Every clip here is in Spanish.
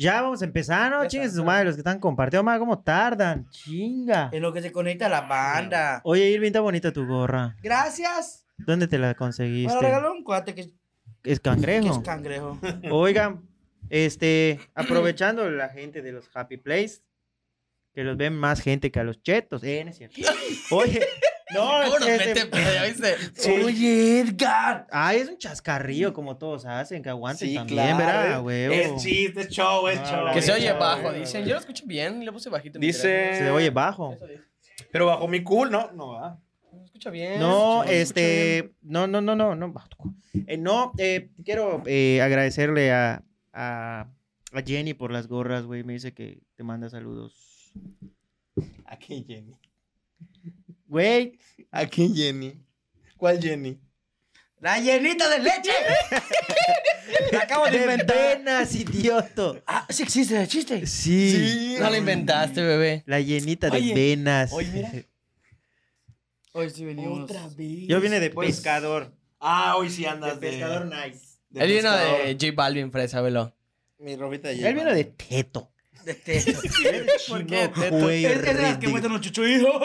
Ya vamos a empezar, ¿no? Ya Chingues está, su ya. madre, los que están compartiendo, madre, ¿cómo tardan? Chinga. En lo que se conecta la banda. Oye, Irving, está bonita tu gorra. Gracias. ¿Dónde te la Me lo conseguiste? regaló un cuate que, Es que es cangrejo. cangrejo. Oigan, este, aprovechando la gente de los Happy Place, que los ven más gente que a los chetos. Eh, no es cierto. Oye, no, ¿Cómo nos este- mete pedo, pues, ya viste? Sí. Oye, Edgar. Ay, es un chascarrillo como todos hacen, que aguanten Sí, también, claro, ¿verdad, es- huevo? Es chiste, es show, es No, show. Que se oye Ay, bajo, güey. dicen. Yo lo escucho bien, le puse bajito. Dice- Se oye bajo. Pero bajo mi cool, ¿no? No va. No escucha bien. No, se escucha este, no, no, no, no, no, Eh, no, eh, quiero eh, agradecerle a, a, a Jenny por las gorras, güey, me dice que te manda saludos. ¿A qué Jenny? Güey, ¿A qué Jenny? ¿Cuál Jenny? La llenita de leche. La acabo de de inventar. venas, idioto. Ah, sí existe, chiste. Sí. bien. No lo inventaste, bebé. La llenita de Oye, venas. oye, mira. Hoy sí venimos. vez. Yo vine de Pues, pescador. Ah, hoy sí andas de. nice. de Él vino pescador. de J Balvin, fresa, velo. Mi ropita Él vino de teto. De teto. ¿Por qué? Chino, güey, Es de las que ridículo. muestran los chuchuijos.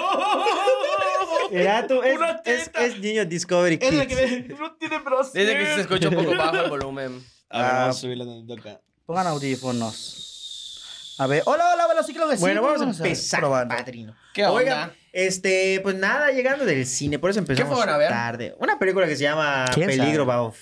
Era tú, es, Una es, teta. es niño Discovery Es la Kids. que ve- no tiene brazos. Dice que se escucha un poco bajo el volumen. A ver, Ah. vamos a subirle tantito acá. Pongan audífonos. A ver, hola, hola, hola, sí creo que sí, Bueno, vamos a ver, empezar, probando. padrino. ¿Qué onda? Oigan, este, pues nada, llegando del cine, por eso empezamos fueron a ver? tarde. Una película que se llama ¿Quién Peligro sabe? bajo,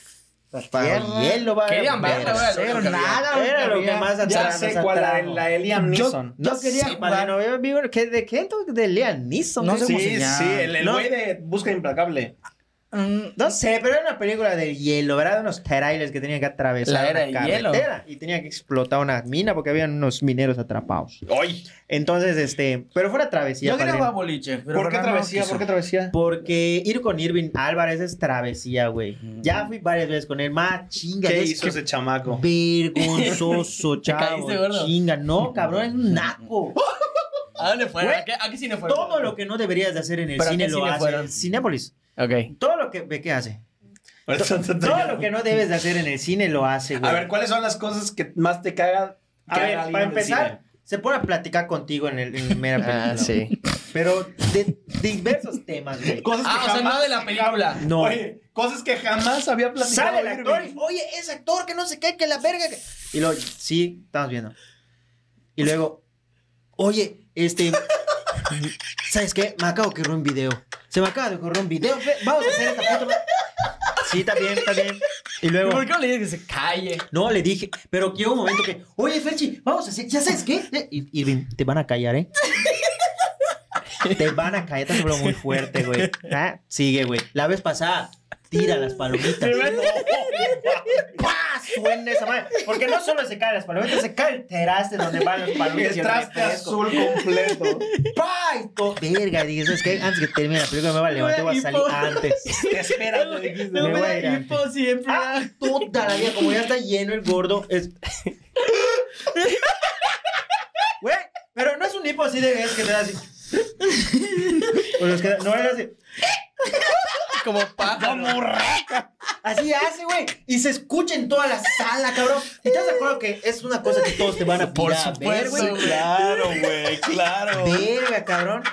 La bajo tierra. hielo. bajo- Querían verla, Verga, era lo cero que había. nada, Era lo que más Ya atrás sé nos cuál, la de, atrajo. la de Liam Yo- Neeson. No Yo quería sé, padrino, yo vivo- ¿qué- ¿De qué entonces? De Liam Neeson. No güey. sé cómo se Sí, llama. sí, el el No. güey de Busca Implacable. Mm, No sé, pero era una película del hielo, ¿verdad? De unos trailers que tenían que atravesar La era una del carretera y tenían que explotar una mina porque habían unos mineros atrapados. ¡Ay! Entonces, este, pero fue una travesía. Yo quería padrino. jugar boliche, pero ¿Por qué Fernando travesía? quiso. ¿Por qué travesía? Porque ir con Irving Álvarez es travesía, güey. Mm. Ya fui varias veces con él. Más chinga. ¿Qué es hizo que ese chamaco? Vergonzoso, chavo. caíste, gordo? Chinga. No, cabrón, es un naco. ¿A dónde fueron? Güey, ¿A qué, a qué cine fueron? Todo lo que no deberías de hacer en el ¿Pero a cine qué lo cine hace. fueron? Cinépolis. Ok. Todo lo que. ¿Qué hace? Ahorita te- Todo lo que no debes de hacer en el cine lo hace, güey. A ver, ¿cuáles son las cosas que más te cagan? A ver, para empezar, se pone a platicar contigo en el en mera película. Ah, sí. Pero de diversos temas, güey. Cosas Ah, o sea, no de la película. No. Oye, cosas que jamás había platicado. Sale el actor y, Irving. oye, ese actor que no se cae, que la verga. que-". Y luego, sí, estamos viendo. Y luego, oye, este, ¿sabes qué? Me acabo de ocurrir un video. Se me acaba de ocurrir un video. fe- Vamos a hacer esta foto. Sí, también, también. Y ¿Y luego, ¿Por qué no le dices que se calle? no, le dije, pero que hubo un momento que, oye, Fechi, vamos a hacer, ¿ya sabes qué? Eh, Y, y te van a callar, ¿eh? Te van a callar, te habló muy fuerte, güey. Ah, Sigue, güey. La vez pasada, tira las palomitas. ¡Pah! Suena esa madre. Porque no solo se caen las palomitas, se cae el traste donde van las palomitas. y El traste refresco. azul completo. ¡Pah! Y todo- Verga, dije, ¿sabes qué? Antes que termine la película me voy a levantar, voy a salir antes. Te espera, te dijiste. Me voy a ir antes. hipo siempre. Ah, toda la vida, como ya está lleno el gordo, es. Güey, pero no es un hipo así de es que te da así. O los que no era así. Como pájaro. Así hace, güey. Y se escucha en toda la sala, cabrón. ¿Y te has acuerdo que es una cosa que todos te van a Por pillar a ver, supuesto, güey? Claro, güey, claro. Verga, cabrón.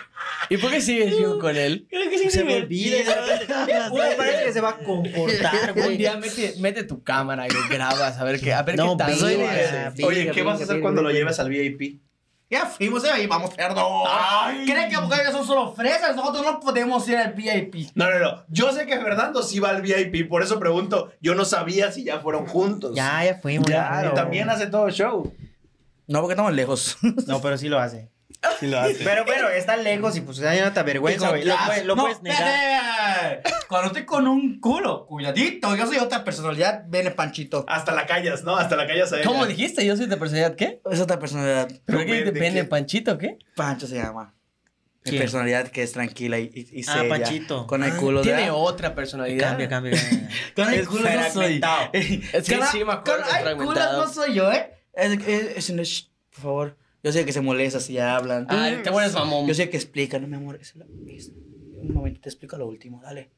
¿Y por qué sigues yo con él? Se me olvida. y de repente Uno parece que se va a comportar, Un güey. día mete, mete tu cámara y lo grabas a ver qué, a ver No, qué tal. soy de- güey. Oye, ¿qué vas a hacer cuando lo llevas al VIP? Ya fuimos, eh, ahí vamos, perdón. Ay. ¿Creen que porque son solo fresas? Nosotros no podemos ir al VIP. No, no, no. Yo sé que Fernando sí va al VIP, por eso pregunto. Yo no sabía si ya fueron juntos. Ya, ya fuimos. ya Claro. Y fuimos. también hace todo show. No, porque estamos lejos. No, pero sí lo hace. Sí lo hace. Pero, pero, está lejos y pues hay una vergüenza, güey. Lo, puede- lo No, puedes negar. espérate. Cuando estoy con un culo, cuidadito. Yo soy otra personalidad, viene Panchito. Hasta la callas, ¿no? Hasta la callas a ella. ¿Cómo dijiste? Yo soy de personalidad, ¿qué? Es otra personalidad. ¿Pero No, qué ¿de depende, qué? Panchito, qué? Pancho se llama. Mi ¿Quién? personalidad que es tranquila y, y- y Ah, seria. Panchito. Con el culo de. Tiene otra personalidad. Cambia, cambia. cambia. Con el Es culo no soy. fragmentado. Es que sí, me acuerdo Con que el culo fragmentado. no soy yo, ¿eh? Es, es- es- shh, por favor. Yo sé que se molesta si hablan. Ay, te vuelves mamón. Yo sé que explica, no, mi amor. Es la- es- un momento, te explico lo último, dale.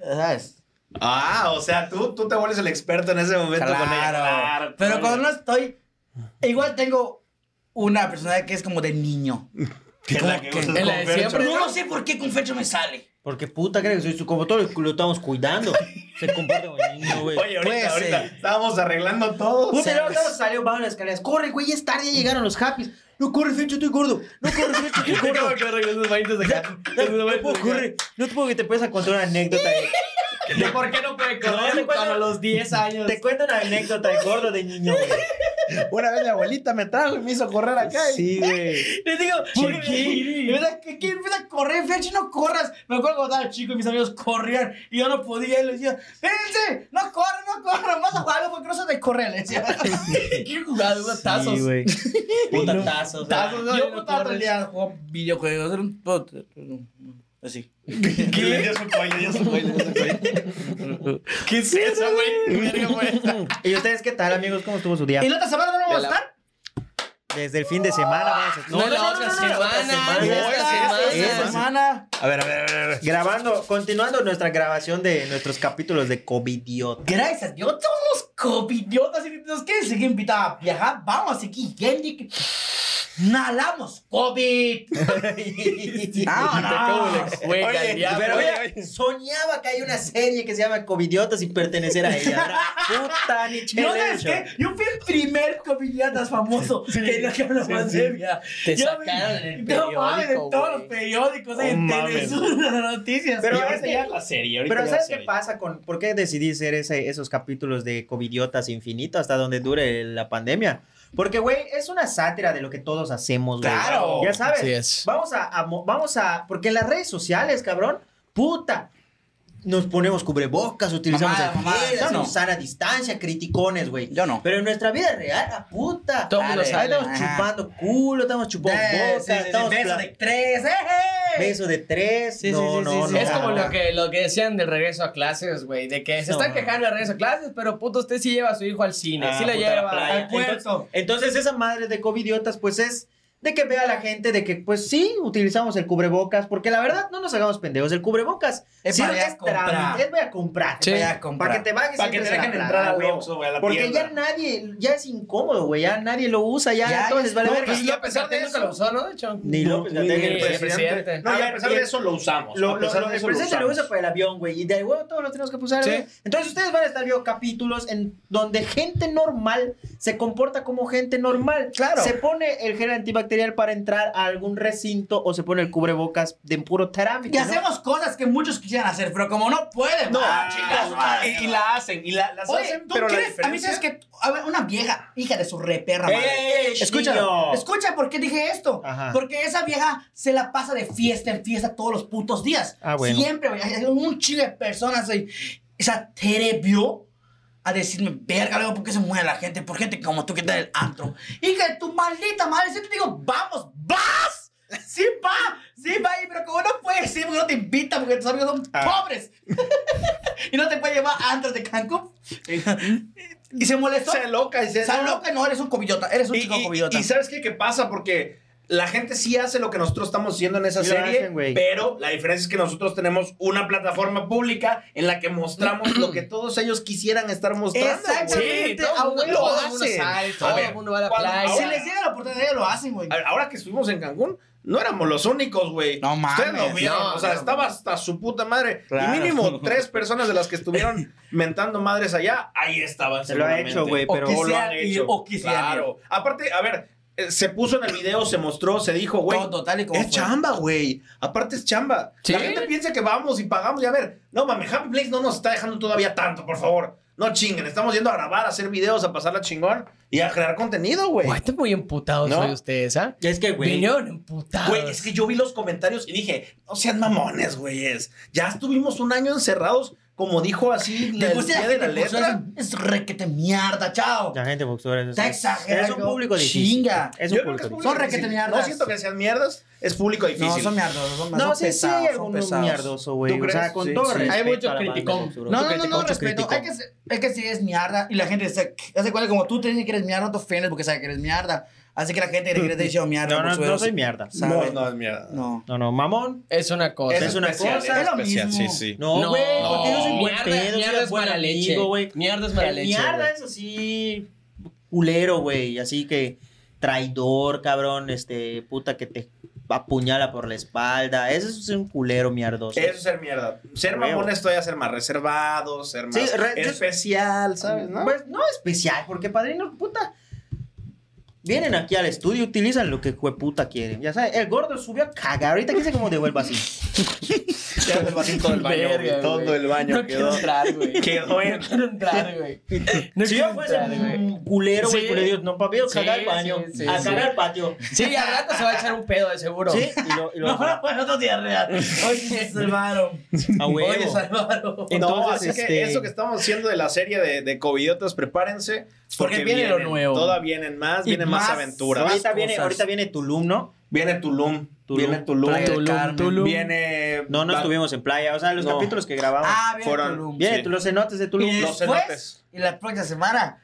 ¿Sabes? Ah, o sea, tú, tú te vuelves el experto en ese momento con ella. Pero cuando no estoy, E igual tengo una personalidad que es como de niño. Que es la que ¿Cómo usas que? con ¿La de Fercho. siempre? No, no sé por qué con Fercho me sale. Porque puta, creo que soy su como todos lo estamos cuidando. Se comparte con el niño, güey. Oye, ahorita, Puede ahorita. ser. Estábamos arreglando todo. Puta, luego estamos salió bajo las escaleras. Corre, güey, ya es tarde, ya llegaron los happies. No corre, Fecho, estoy gordo. No corre, Fecho, estoy gordo. Acabo que regresas vainas de acá. No puedo correr. No te puedo que te puedes contar una anécdota. de- ¿De por qué no puede No, te correr cuento- cuando a los 10 años? Te cuento una anécdota de gordo de niño, güey. Una vez mi abuelita me trajo y me hizo correr acá. y- Sí, güey. Les digo, ¿por Chiquiri. qué? ¿Verdad? ¿Qué, qué empieza a correr, Fercho? No corras. Me acuerdo cuando estaba chico y mis amigos corrían y yo no podía. Y les decía, ¡Fíjense! ¡No corran, no corran! Vas a jugarlo porque no se te correr. Les decía, ¿Qué jugada? Unos tazos. Sí, güey. Puta tazos. Tazos, no, yo no puta todo el corres. día jugaba videojuegos. Era un. puto- Así. Ya dio su cuello, ya su cuello, ya su cuello. ¿Qué es eso, güey? Verga, güey. ¿Y ustedes qué tal, amigos? ¿Cómo estuvo su día? ¿Y la otra semana no De vamos a la- estar? Desde el fin de semana vamos a estar No, la otra Ah, No, semana. la otra esta esta semana. semana. A ver, a ver, a ver, a ver. grabando, continuando nuestra grabación de nuestros capítulos de Covidiota. Gracias a Dios, somos unos covidiotas. y Nos quieren seguir invitar a viajar. Vamos aquí, gente. que- Nalamos COVID. No, Te acabo de- no. Güey, Oye, galería, Pero güey. mira, soñaba que hay una serie que se llama Covidiotas y pertenecer a ella. ¿verdad? Puta, ni Yo, ¿sabes qué? chévere. Yo fui el primer comediantas famoso que no que la pandemia. Te Yo sacaron en el No mames, en periódico, todos güey. los periódicos, Oh, en mames. Telesur, en las noticias. Pero Y ahorita ahorita ya- ya- La serie, ahorita Pero ya ¿sabes la qué serie. pasa con por qué decidí hacer ese- esos capítulos de covidiotas infinito hasta donde dure la pandemia? Porque güey, es una sátira de lo que todos hacemos, güey. Claro. Ya sabes. Así es. Vamos a, a mo- vamos a porque en las redes sociales, cabrón, puta nos ponemos cubrebocas, utilizamos Mamada, el mamada, gel, yo no. hacemos sana distancia, criticones, güey. Yo no. Pero en nuestra vida real, a puta. Todo mundo Ahí sale. estamos Ajá. chupando culo, estamos chupando Eh, bocas, sí, sí, sí, estamos beso pla- de tres, eh, eh. beso de tres. Sí, sí, no, sí, no, sí, no. sí. Es como no. lo que, lo que decían del regreso a clases, güey. De que se No. están quejando del regreso a clases, pero puto, usted sí lleva a su hijo al cine. Ah, sí lo puta, la lleva. playa. Al puerto. Entonces, esa madre de covidiotas, pues es de que vea la gente de que, pues sí, utilizamos el cubrebocas, porque la verdad no nos hagamos pendejos. El cubrebocas Es sirve para ir a comprar. trámite, Es para comprar. Sí. Para, Para ir a comprar. para que te bajes Para que y te entres a dejen la entrar plaza, al güey. Oxxo, güey, a la Porque tienda. ya nadie, ya es incómodo, güey. Ya nadie lo usa, ya, Ya, todos ya les vale no, verga. Pues López Gatell nunca lo usó, ¿no? De hecho. Ni López Ni Gatell, el presidente. No, y A a ver, pesar y- de eso lo usamos. Ah, Lo, a lo, pesar lo- de el eso presidente lo, usamos. usa pues. para el avión, güey. Y de huevo todos lo tenemos que usar, Sí. güey. Entonces ustedes van a estar viendo capítulos en donde gente normal se comporta como gente normal. Claro. Se pone el gel antibacterial para entrar a algún recinto o se pone el cubrebocas de puro trámite. Y ¿no? hacemos cosas que muchos quisieran hacer, pero como no pueden. No, ah, chicas, chingas, madre. y, y la hacen, y la, las Oye, hacen, ¿tú pero la crees? A mí diferencia- sabes que a ver, una vieja, hija de su reperra Ey, madre. ey, ey, escucha, niño. escucha por qué dije esto. Ajá. Porque esa vieja se la pasa de fiesta en fiesta todos los putos días. Ah, bueno. Siempre, güey, hay un chile de personas güey. Esa Tere vio a decirme, verga, luego, ¿por qué se muere la gente? Por gente como tú que está en el antro. Hija de tu maldita madre, yo te digo, vamos, vas. Sí, va, sí, va, y- pero como no puedes ir, porque no te invitan, porque tus amigos son Ah. pobres. y no te puede llevar antes de Cancún. y se molestó. Se loca y se. Está loca, no, eres un cobillota, eres un Y, chico y- cobillota. y sabes qué, qué pasa porque la gente sí hace lo que nosotros estamos haciendo en esa Sí lo serie, hacen, güey. pero la diferencia es que nosotros tenemos una plataforma pública en la que mostramos lo que todos ellos quisieran estar mostrando. Exactamente. güey. Sí, todo el mundo- Lo todo el mundo hacen. sale, A todo ver, el mundo va a la cuando- playa. si les llega la oportunidad, ya lo hacen, güey. A- Ahora que estuvimos en Cancún, no éramos los únicos, güey. No mames. Ustedes lo vieron. No, o sea, no. estaba hasta su puta madre. Claro. Y mínimo tres personas de las que estuvieron mentando madres allá, ahí estaban. Se lo ha seguramente. hecho, güey, O pero- O lo quisiera han ir, hecho. o quisiera Claro. Aparte, a ver, eh, se puso en el video, se mostró, se dijo, güey. Todo, tal y como Es fue. chamba, güey. Aparte es chamba. ¿Sí? La gente piensa que vamos y pagamos. Y a ver, no mames, Happy Place no nos está dejando todavía tanto, por favor. No chinguen, estamos yendo a grabar, a hacer videos, a pasarla chingón y a crear contenido, güey. Güey, están muy emputados ¿No? hoy ustedes, ¿ah? Es que, güey. Vinieron emputados. Güey, es que yo vi los comentarios y dije, no sean mamones, güeyes. Ya estuvimos un año encerrados, como dijo así, Te el gusta pie la de la gente, pues, letra. Es es requete mierda, chao. La gente boxeadora es- Está es- exagerado. Es un público difícil. Chinga. Es Yo un creo público que es difícil. público Son requete difícil. No mierdas. siento que sean mierdas, es público difícil. No, son mierdos, son, No, son sí, sí, pesados, hay son algunos pesados. mierdos, güey. ¿Tú O sea, crees? con Sí, todo sí. respeto. Hay mucho a la banda criticón. boxeadora. No, Mucho no, no, crítico, no, mucho respeto. crítico. Hay que, ser- hay que si es mierda y la gente se hace cuenta como tú te dices que eres mierda, te ofendes porque sabes que eres mierda. Así que la gente cree que te dice mierda. No, por no, su no veros. soy mierda. No, ¿Sabe? no es mierda. No. No, no, mamón. Es una cosa. Es una especial, cosa. Es lo especial, mismo. No, No, güey, porque yo soy buen mierda, pedo, soy mierda es buen mala amigo, leche. güey. Mierda es mala El leche. Mierda güey. es así. culero, güey. Así que traidor, cabrón, este, puta que te apuñala por la espalda. Eso es un culero mierdoso. Eso es ser mierda. Ser Huevo. mamón es todavía ser más reservado, ser más Sí, re- yo- especial, ¿sabes? ¿No? Pues no especial, porque padrinos, puta. Vienen aquí al estudio y utilizan lo que puta quieren. Ya sabes, el gordo subió a cagar. Ahorita que se como devuelva así. Ya el vasito del baño, güey, Verga, todo güey. el baño No quedó. quiero entrar, güey. quedó en- No quiero entrar, güey. No Si quiero yo fuese entrar, güey. un culero, güey, Sí. culero, Dios, no, papi, a Sí, cagar al baño. sí, sí, a sí. cagar al patio. Sí, al rato se va a echar un pedo de seguro. Sí, y lo, y lo No, bueno, no diarrea. Oye, salvaron. a Oye, huevo. salvaron. Entonces, no, así este- que eso que estamos haciendo de la serie de, de covidiotas, prepárense. Porque viene lo nuevo. Todavía vienen más, Y vienen más, más- aventuras. Ahorita viene, cosas. ahorita viene Tulum, ¿no? Viene Tulum, Tulum. viene Tulum, Playa del Tulum, Carmen. viene... No, no Va- estuvimos en playa. O sea, los No. capítulos que grabamos. Ah, viene Fueron- Tulum. viene sí. los cenotes de Tulum. Y Los después, cenotes. y la próxima semana,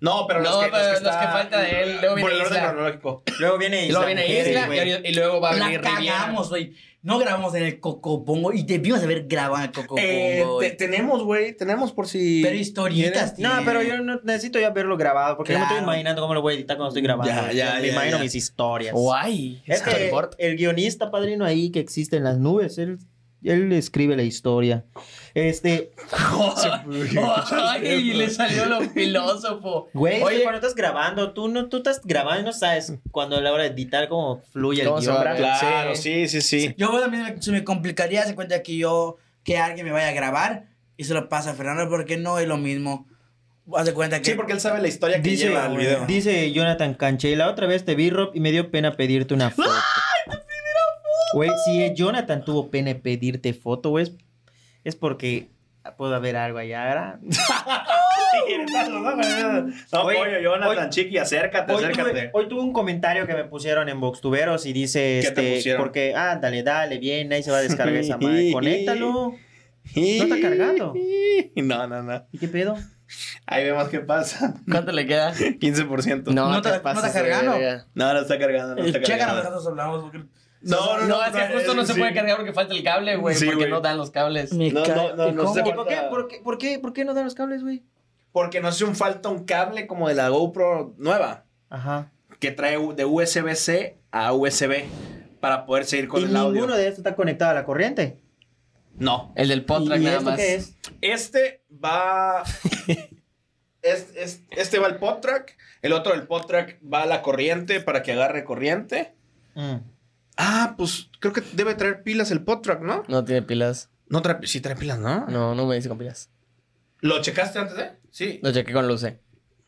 No, pero los No, que, pero los que, los está- que falta de él, Por luego viene el orden Isla. cronológico. Luego viene Y luego viene Mujeres, Isla güey. y, ahorita- y luego va a la venir Riviera. cagamos, güey. No grabamos en el Cocobongo y debimos haber grabado en el Eh, Cocobongo, te- güey. tenemos, güey, tenemos por si... Pero historietas, No, pero yo no- necesito ya verlo grabado porque yo me Claro. estoy imaginando cómo lo voy a editar cuando estoy grabando. Ya, güey. ya, me ya, imagino ya. mis historias. Guay. Es que Storyboard. el guionista padrino ahí que existe en las nubes, él, él escribe la historia. Este, Ay, le salió lo filósofo. güey, es que Oye, cuando estás grabando, tú no tú estás grabando y no sabes cuando a la hora de editar cómo fluye el ¿Cómo se guión. va a ¿verdad? ver? Claro, sí, sí, sí. Yo también me- se me complicaría, se cuenta que yo, que alguien me vaya a grabar y se lo pasa a Fernando porque no es lo mismo. Haz de cuenta que. Sí, porque él sabe la historia que Dice, lleva el video. dice Jonathan Canche, la otra vez te vi Rob y me dio pena pedirte una foto. Güey, si eh, Jonathan tuvo pena de pedirte foto, güey, es, es porque puede haber algo allá, ¿verdad? No, Oye, pollo, Jonathan, chiqui, acércate, Hoy acércate. tuve, hoy tuve un comentario que me pusieron en Boxtuberos y dice, ¿Qué te este, pusieron? porque, ah, dale, dale, bien, ahí se va a descargar esa madre. Conéctalo. ¿No está cargando? No, no, no. ¿Y qué pedo? Ahí vemos qué pasa. ¿Cuánto le queda? No 15%. te- no te pases de cargando. verga. no, no está cargando. No, está Checa, cargando. nosotros hablamos. Porque... no, no, No, es que justo no se sí. puede cargar porque falta el cable, güey. Sí, porque güey. no dan los cables. No, no, no, no se ¿Y por qué, falta- por, qué, por, qué, por qué no dan los cables, güey? Porque nos hace un falta un cable como de la GoPro nueva, Ajá. que trae u- de USB-C a USB para poder seguir con y el audio. ninguno de estos está conectado a la corriente. No. El del ¿Y Potrack nada esto más. qué es? Este va. es- es- este va el podtrack. El otro del podtrack va a la corriente para que agarre corriente. Mm. Ah, pues creo que debe traer pilas el podtrack, ¿no? No tiene pilas. No trae. Sí, trae pilas, ¿no? No, no me dice con pilas. ¿Lo checaste antes de? Sí. Lo chequé con luce.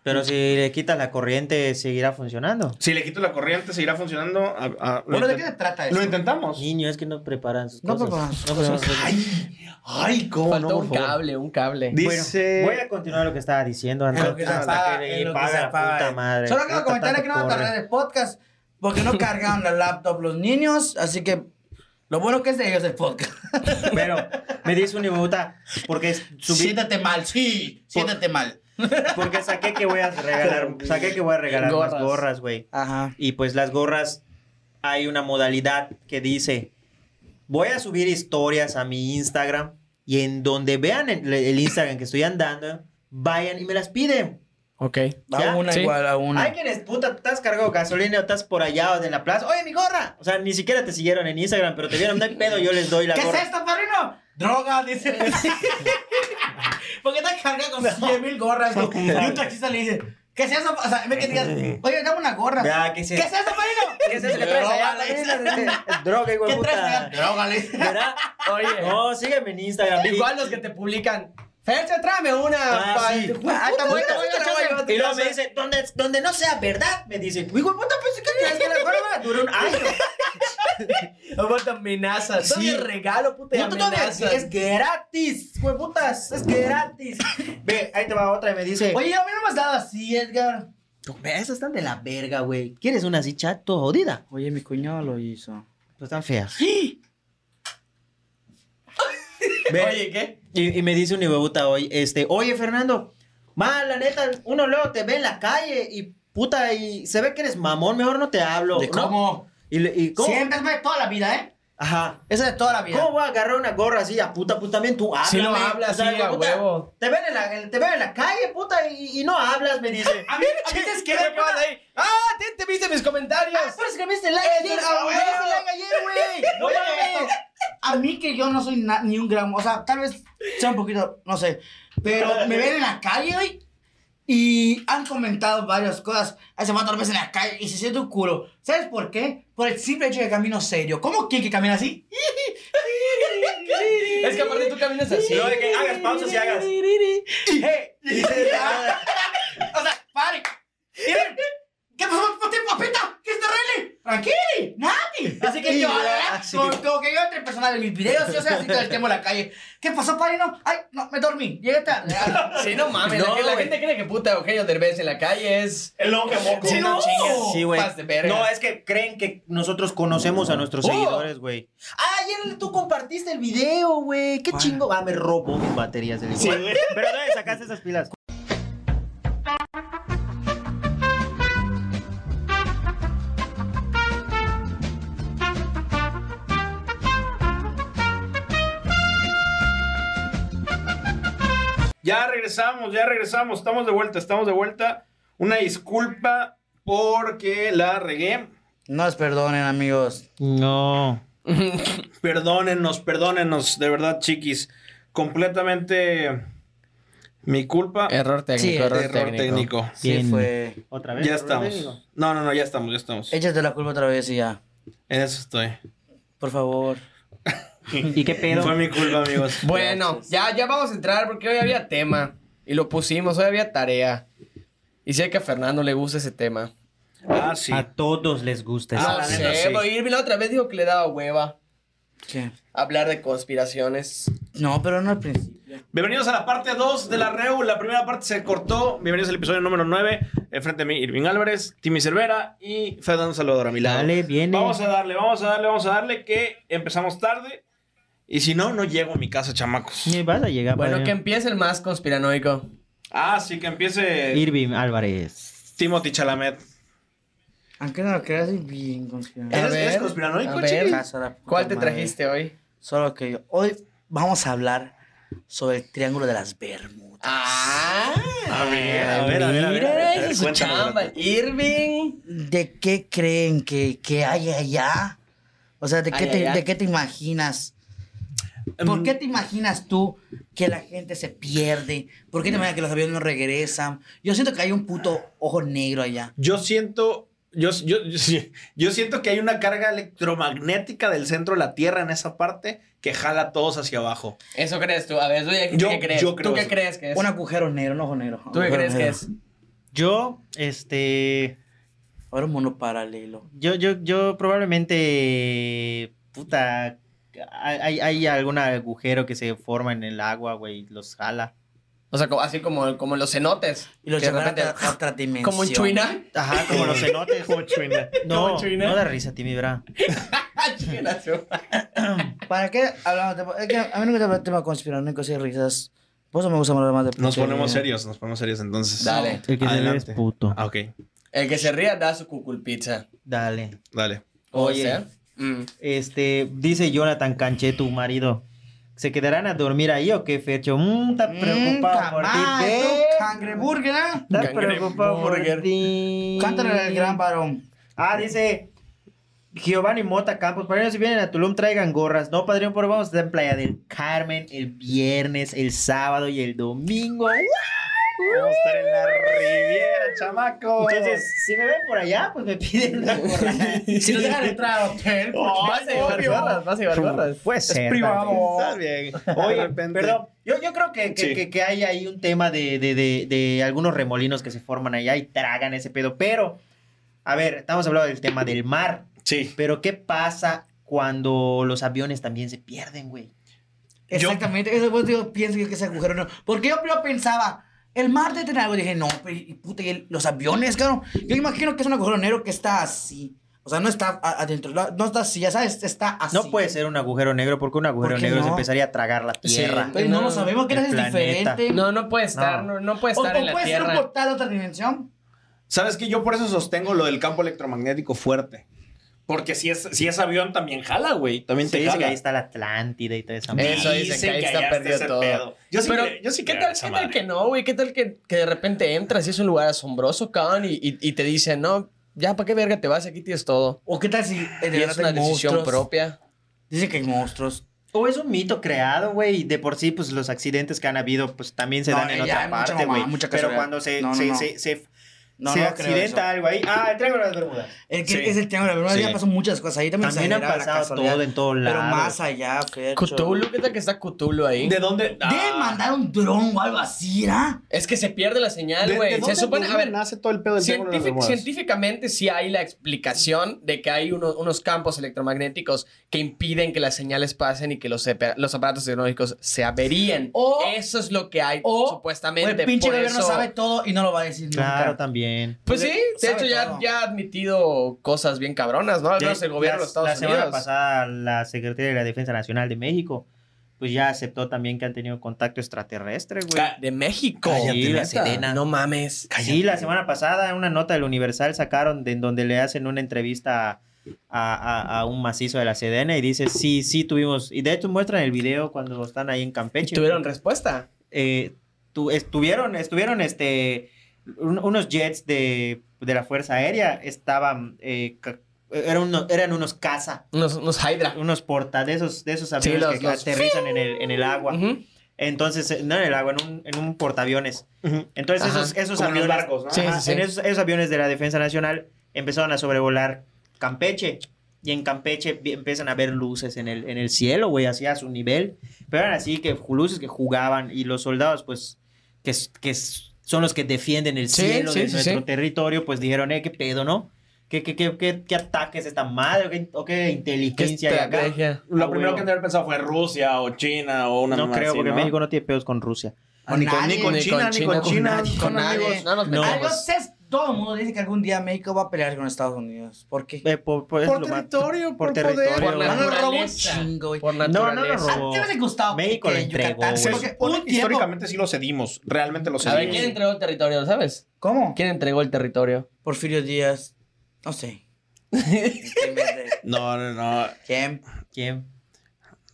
Pero si le quitas la corriente, seguirá funcionando. Si le quito la corriente, seguirá funcionando. Ah, ah, lo Bueno, ¿de intent- qué se trata Lo eso? intentamos. Niño, es que no preparan sus No cosas. preparan sus preparan sus cosas. Ay, cómo Falta no, un por favor. cable, un cable. Bueno, Dice. voy a continuar lo que estaba diciendo antes. En lo que se Hasta apaga, que le en lo que paga se la apaga. puta madre. Solo quiero Puta comentarles tanto que no van a corre. tardar el podcast porque no cargaron la laptop los niños, así que lo bueno que es de ellos el podcast. Pero me dice un hijo de puta porque subí, Siéntate mal, sí, siéntate mal. porque saqué que voy a regalar, saqué que voy a regalar más Gorras. gorras, güey. Ajá. Y pues las gorras hay una modalidad que dice, voy a subir historias a mi Instagram y en donde vean el, el Instagram que estoy andando, vayan y me las piden. Ok. A ¿Ya? una Sí. igual, a una. Hay quienes, puta, estás cargado de gasolina o estás por allá o en la plaza. Oye, mi gorra. O sea, ni siquiera te siguieron en Instagram, pero te vieron, no hay pedo, yo les doy la ¿Qué es gorra. esto, padrino? Droga, dice. Porque está cargado con 100 mil gorras. güey. y un taxista le dice, ¿qué es eso? O sea, en vez que digas, oye, dame una gorra. Ya, ¿qué es ¿Qué es eso, padrino? ¿Qué es eso que traes allá? Es Droga, hijo de ¿Qué traes? puta. allá? Droga, le dice. ¿Verdad? Oye. No, sígueme en Instagram. Y- Igual los que te publican. Fercha, tráeme una. Ah, pa- sí. Ah, está bueno, Puta, está bueno. Y luego me dice, donde, donde no sea verdad, me dice, hijo de puta, pues ¿qué crees que la gorra va a durar un año? Aparte amenazas. Sí. Dame regalo, puta, y Puta, todavía amenazas. es gratis, hijo de putas, es gratis. Ve, ahí te va otra y me dice, Oye, a mí no me has dado así, Edgar. esas están de la verga, güey. ¿Quieres una así chato jodida? Oye, mi cuñado lo hizo. Pues están feas. Ve, Oye, ¿qué? Y, y me dice un hijueputa hoy, este, oye Fernando, más la neta, uno luego te ve en la calle y puta, y se ve que eres mamón, mejor no te hablo. ¿De ¿no? cómo? Y, le- y cómo? Siempre, güey, toda la vida, ¿eh? Ajá. Esa es toda la vida. ¿Cómo voy a agarrar una gorra así a puta? Pues también tú hablas. Sí lo güey. hablas, O sea, sí, a puta, huevo. Te ven, en la, te ven en la calle, puta, y, y no hablas, me dice. A mí, a mí te escribe puta. cosas ahí. ¡Ah! ¿Te, te viste mis comentarios! Ah, pero escribiste like ayer, a ah, huevo. escribiste like ayer, güey. ¡No mames! A mí que yo no soy na- ni un gramo, o sea, tal vez sea un poquito, no sé, pero me ven en la calle güey, y han comentado varias cosas. Hace rato lo ves en la calle y se siente un culo. ¿Sabes por qué? Por el simple hecho de que camino serio. ¿Cómo que que camina así? Es pues, que aparte tú caminas así. No, de que hagas pausas y hagas. o sea, pare. Miren, ¿Qué pasó? ¿Por qué papita? ¿Qué es terrible? Tranquili, nadie. Así que yo, Y ya, ¿verdad? así. Como como que yo entre personal en mis videos, yo sé así todo el tema de la calle. ¿Qué pasó, pare? No, ay, no, me dormí. Llegué tarde. Sí, no mames. la, No, gente- la güey. gente cree que puta Eugenio Derbez en la calle es. El loco que moco. Sí, no, No. chingas. Sí, güey. Pas de verga. No, es que creen que nosotros conocemos a nuestros Oh. seguidores, güey. Ah, ayer tú compartiste el video, güey. Qué chingo. Ah, me robó mis baterías del Sí, igual. güey. Pero ¿dónde sacaste esas pilas? Ya regresamos, ya regresamos. Estamos de vuelta, estamos de vuelta. Una disculpa porque la regué. No os perdonen, amigos. No. Perdónenos, perdónenos, de verdad, chiquis. Completamente mi culpa. Error técnico, Sí, error, error técnico. técnico. Sí, Bien. fue. Otra vez. Ya ¿Problema estamos. técnico? No, no, no, ya estamos, ya estamos. Échate la culpa otra vez y ya. En eso estoy. Por favor. ¿Y qué pedo? Fue mi culpa, amigos. Bueno, ya, ya vamos a entrar porque hoy había tema. Y lo pusimos, hoy había tarea. Y sé que a Fernando le gusta ese tema. Ah, sí. A todos les gusta eso. Ah, No la neta, sé, sí. güey, Irving la otra vez dijo que le daba hueva ¿Qué? hablar de conspiraciones. No, pero no al principio. Bienvenidos a la parte 2 de la REU. La primera parte se cortó. Bienvenidos al episodio número 9. Enfrente de mí, Irving Álvarez, Timmy Cervera y Fernando Salvador a mi lado. Dale, viene. Vamos a darle, vamos a darle, vamos a darle que empezamos tarde. Y si no, no llego a mi casa, chamacos. Ni vas a llegar, Bueno, que padre. empiece el más conspiranoico. Ah, sí, que empiece Irving Álvarez. Timothy Chalamet. Aunque no lo creas, soy bien conspirado. A ¿Eres- eres ver, conspiranoico, a ver, chiqui? Casa la puta ¿Cuál te madre. trajiste hoy? Solo que yo. Hoy vamos a hablar sobre el Triángulo de las Bermudas. Ah, A ver, a ver, a ver, a ver, a ver. mira, A ver, esa es su cuéntanos, chamba, Irving. ¿De qué creen que, que hay allá? O sea, ¿de qué, Ay, te, allá. ¿de qué te imaginas? ¿Por Mm. qué te imaginas tú que la gente se pierde? ¿Por qué te imaginas que los aviones no regresan? Yo siento que hay un puto ojo negro allá. Mm, Yo siento. Yo, yo, yo, sí, yo siento que hay una carga electromagnética del centro de la Tierra en esa parte que jala a todos hacia abajo. Eso crees tú. A ver, tú ya- ¿tú Yo- qué crees? yo creo ¿Tú qué eso. crees que es? Un agujero negro, un ojo negro. ¿Tú qué Agujero crees que negro. es? Yo, este. Ahora un mundo paralelo. Yo, yo, yo probablemente. Puta. Hay, hay algún agujero que se forma en el agua, güey. Los jala. O sea, co- así como, como los cenotes. Y lo que de llevan a repente- otra- a otra dimensión. Como en Chuina. Ajá, como los cenotes. Como No, Chuina. no da risa, Timmy, ¿verdad? Chuina, su- ¿Para qué hablamos de es que A mí no me gusta hablar de temas conspiranoicos y risas. Por eso me gusta hablar más de... Nos de- ponemos serios, nos ponemos serios entonces. Dale. El que se le es Adelante. puto. Ah, ok, El que se ría da su cuculpizza. Dale. dale. Oye. Oye. Este, dice Jonathan Canché, tu marido. ¿Se quedarán a dormir ahí o qué, Fecho? Mm, está preocupado Mm, por ti. caray, ¿qué? tú, Cangreburger, ¿eh? Está Cangre preocupado por burger. ti. Cántale el gran varón. Ah, dice Giovanni Mota Campos. Padrino, si vienen a Tulum, traigan gorras. No, padrino, pero vamos a estar en Playa del Carmen el viernes, el sábado y el domingo. Vamos a estar en la Riviera, chamaco. Entonces, si me ven por allá, pues me piden una gorra. Si nos dejan entrar al hotel, Vas a llevar gorras, vas a llevar gorras. Puede ser. Es privado. Está bien. De Oye, repente. perdón. Yo, yo creo que, que, Sí. que- que hay ahí un tema de, de- de- de algunos remolinos que se forman allá y tragan ese pedo. Pero, a ver, estamos hablando del tema del mar. Sí. Pero, ¿qué pasa cuando los aviones también se pierden, güey? Exactamente, eso pues yo pienso yo que ese agujero no. Porque yo primero pensaba, el mar de tener algo, dije, no, pero y puta, y el- los aviones, claro. Yo imagino que es un agujero negro que está así. O sea, no está a- adentro, no no está así, ya sabes, está así. No puede ser un agujero negro porque un agujero ¿Por qué negro se no? empezaría a tragar la Sí. tierra. Pero no, No, lo sabemos, que el es planeta. diferente. No, no puede estar, No. no, no puede o, estar o en la puede ser un tierra. portal a otra dimensión. ¿Sabes que Yo por eso sostengo lo del campo electromagnético fuerte. Porque si es, si es avión, también jala, güey. También te Sí, dice jala. que ahí está la Atlántida y toda esa Eh, madre. Eso dicen que ahí está perdido ese todo. Yo sí, Pero, creo- yo sí ¿Qué creo tal, esa qué tal madre. que no, güey? ¿Qué tal que, que de repente entras y es un lugar asombroso, cabrón, y, y, y te dicen, no, ya, ¿para qué verga te vas? Aquí tienes todo. ¿O qué tal si eh, de Y verdad es una hay decisión monstruos? propia. Dicen que hay monstruos. O es un mito creado, güey, y de por sí, pues los accidentes que han habido, pues también se No, dan en ya hay otra mucha parte, mamá, güey. mucha Pero casualidad. cuando se, No, no, se, no. se, se, No, se no creo accidenta eso. algo ahí. Ah, el triángulo de las Bermudas. El que Sí. es el tema de la verdad, Sí. ya pasó muchas cosas. Ahí también, También han exagera la pasado casualidad. todo en todos Pero lados. más allá, Fercho. Cthulhu, ¿qué tal que Ah, está Cthulhu ahí? ¿De dónde? Ah. Deben mandar un dron o algo así, ¿ah? Es que se pierde la señal, güey. Se supone, a ver, nace todo el pedo del Triángulo de las científic- Bermudas? científicamente sí hay la explicación de que hay uno- unos campos electromagnéticos que impiden que las señales pasen y que los, epa- los aparatos tecnológicos se averían. O- Eso es lo que hay, o- supuestamente. El pinche por gobierno eso- sabe todo y no lo va a decir Claro, nunca. también. Pues sí, de Sabe hecho ya, todo. ya ha admitido cosas bien cabronas, ¿no? Al menos el gobierno de los Estados la semana Unidos. pasada, la Secretaría de la Defensa Nacional de México, pues ya aceptó también que han tenido contacto extraterrestre, güey. Ca- De México. Cállate, Sí, la neta. Sedena. No mames. Sí, la semana pasada una nota del Universal sacaron de, en donde le hacen una entrevista a, a- a un macizo de la Sedena y dice, sí, sí tuvimos, y de hecho muestran el video cuando están ahí en ¿Y Campeche. tuvieron respuesta? Eh, tu- estuvieron, estuvieron este, un- unos jets de, de la Fuerza Aérea, estaban, eh, ca- eran, uno- eran unos caza, Unos, unos Hydra. unos porta, de esos, de esos Sí, aviones los- que los- aterrizan en el, en el agua. Ujú. Entonces, eh, no en el agua, en un, en un portaaviones. Ujú. Entonces, Ajá. esos, esos Como los aviones. barcos, ¿no? Sí, Ajá, sí, sí. en esos, esos aviones de la Defensa Nacional empezaron a sobrevolar Campeche. Y en Campeche vi- empiezan a ver luces en el, en el cielo, güey, así a su nivel. Pero eran así que ju- luces que jugaban y los soldados, pues, que, s- que s- son los que defienden el Sí, cielo sí, de sí, nuestro sí. territorio, pues dijeron, eh, qué pedo, ¿no? ¿Qué, qué, qué, qué, qué ataques esta madre? ¿O qué, o qué inteligencia hay acá? estrategia? Lo Ah, primero huevo. que han de haber pensado fue Rusia o China o una No mamá creo, así, porque ¿no? México no tiene pedos con Rusia. A Ni con, nadie, ni con ni China, con ni con China, con China, ni nadie, con con nadie. nadie. No nos No. Algo metamos. Ah, sé, todo el mundo dice que algún día México va a pelear con Estados Unidos. ¿Por qué? Eh, por, por- es Por lo más- territorio, por poder. territorio, Por güey. Van a robar un naturaleza. chingo, güey. Ah, Por no, no, no, naturaleza. robó. ¿A ti no te gustaba México que lo en entregó, Yucatán? güey. Se Porque supone un que tiempo- históricamente sí lo cedimos. Realmente lo A cedimos. ver, ¿quién entregó el territorio, sabes? ¿Cómo? ¿Quién entregó el territorio? Porfirio Díaz. No sé. ¿Quién vende? No, no, no. ¿Quién? ¿Quién?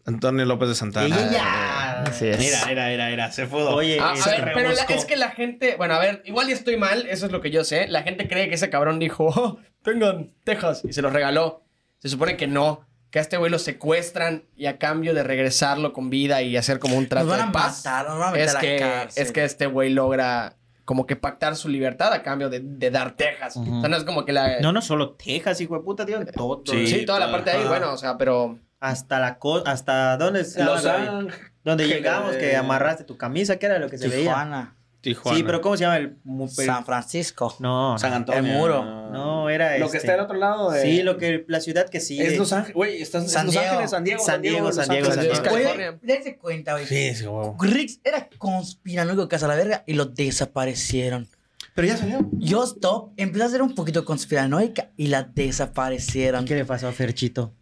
Antonio López de Santana. Ella ya. Era, era, era, era. Se fue. Oye, Ah, eh, a ver, pero la- rebuscó. es que la gente, bueno, a ver, igual y estoy mal, eso es lo que yo sé. La gente cree que ese cabrón dijo, "Oh, tengan Texas, y se los regaló. Se supone que no, que a este güey lo secuestran y a cambio de regresarlo con vida y hacer como un trato Nos van a de paz. matar, nos van a meter es, a la que, cárcel. es que este güey logra como que pactar su libertad a cambio de, de dar Texas. Ujú. O sea, no es como que la. No, no solo Texas, hijo de puta, tío. Todo. Sí. sí, toda la parte de ahí, Ajá. bueno, o sea, pero. Hasta la cosa, hasta dónde, se- Los ah, donde Ángeles. llegamos, que amarraste tu camisa, que era lo que se veía. Tijuana. Tijuana. Sí, pero ¿cómo se llama el mu- el- San Francisco. No, San no. Antonio. El muro. No, era Lo este. que está al otro lado de. Sí, lo que la ciudad que sigue. Es Los Ángeles. Güey, estás San en Los Diego. Ángeles, San Diego. San Diego, Los San Diego, Ángeles, San Diego. Güey, California. Güey, dense cuenta, güey. Sí, sí, huevo. Riggs era conspiranoico casa la verga y lo desaparecieron. Pero ya salió. Yo stop, empezó a ser un poquito conspiranoica y la desaparecieron. ¿Qué le pasó a Ferchito?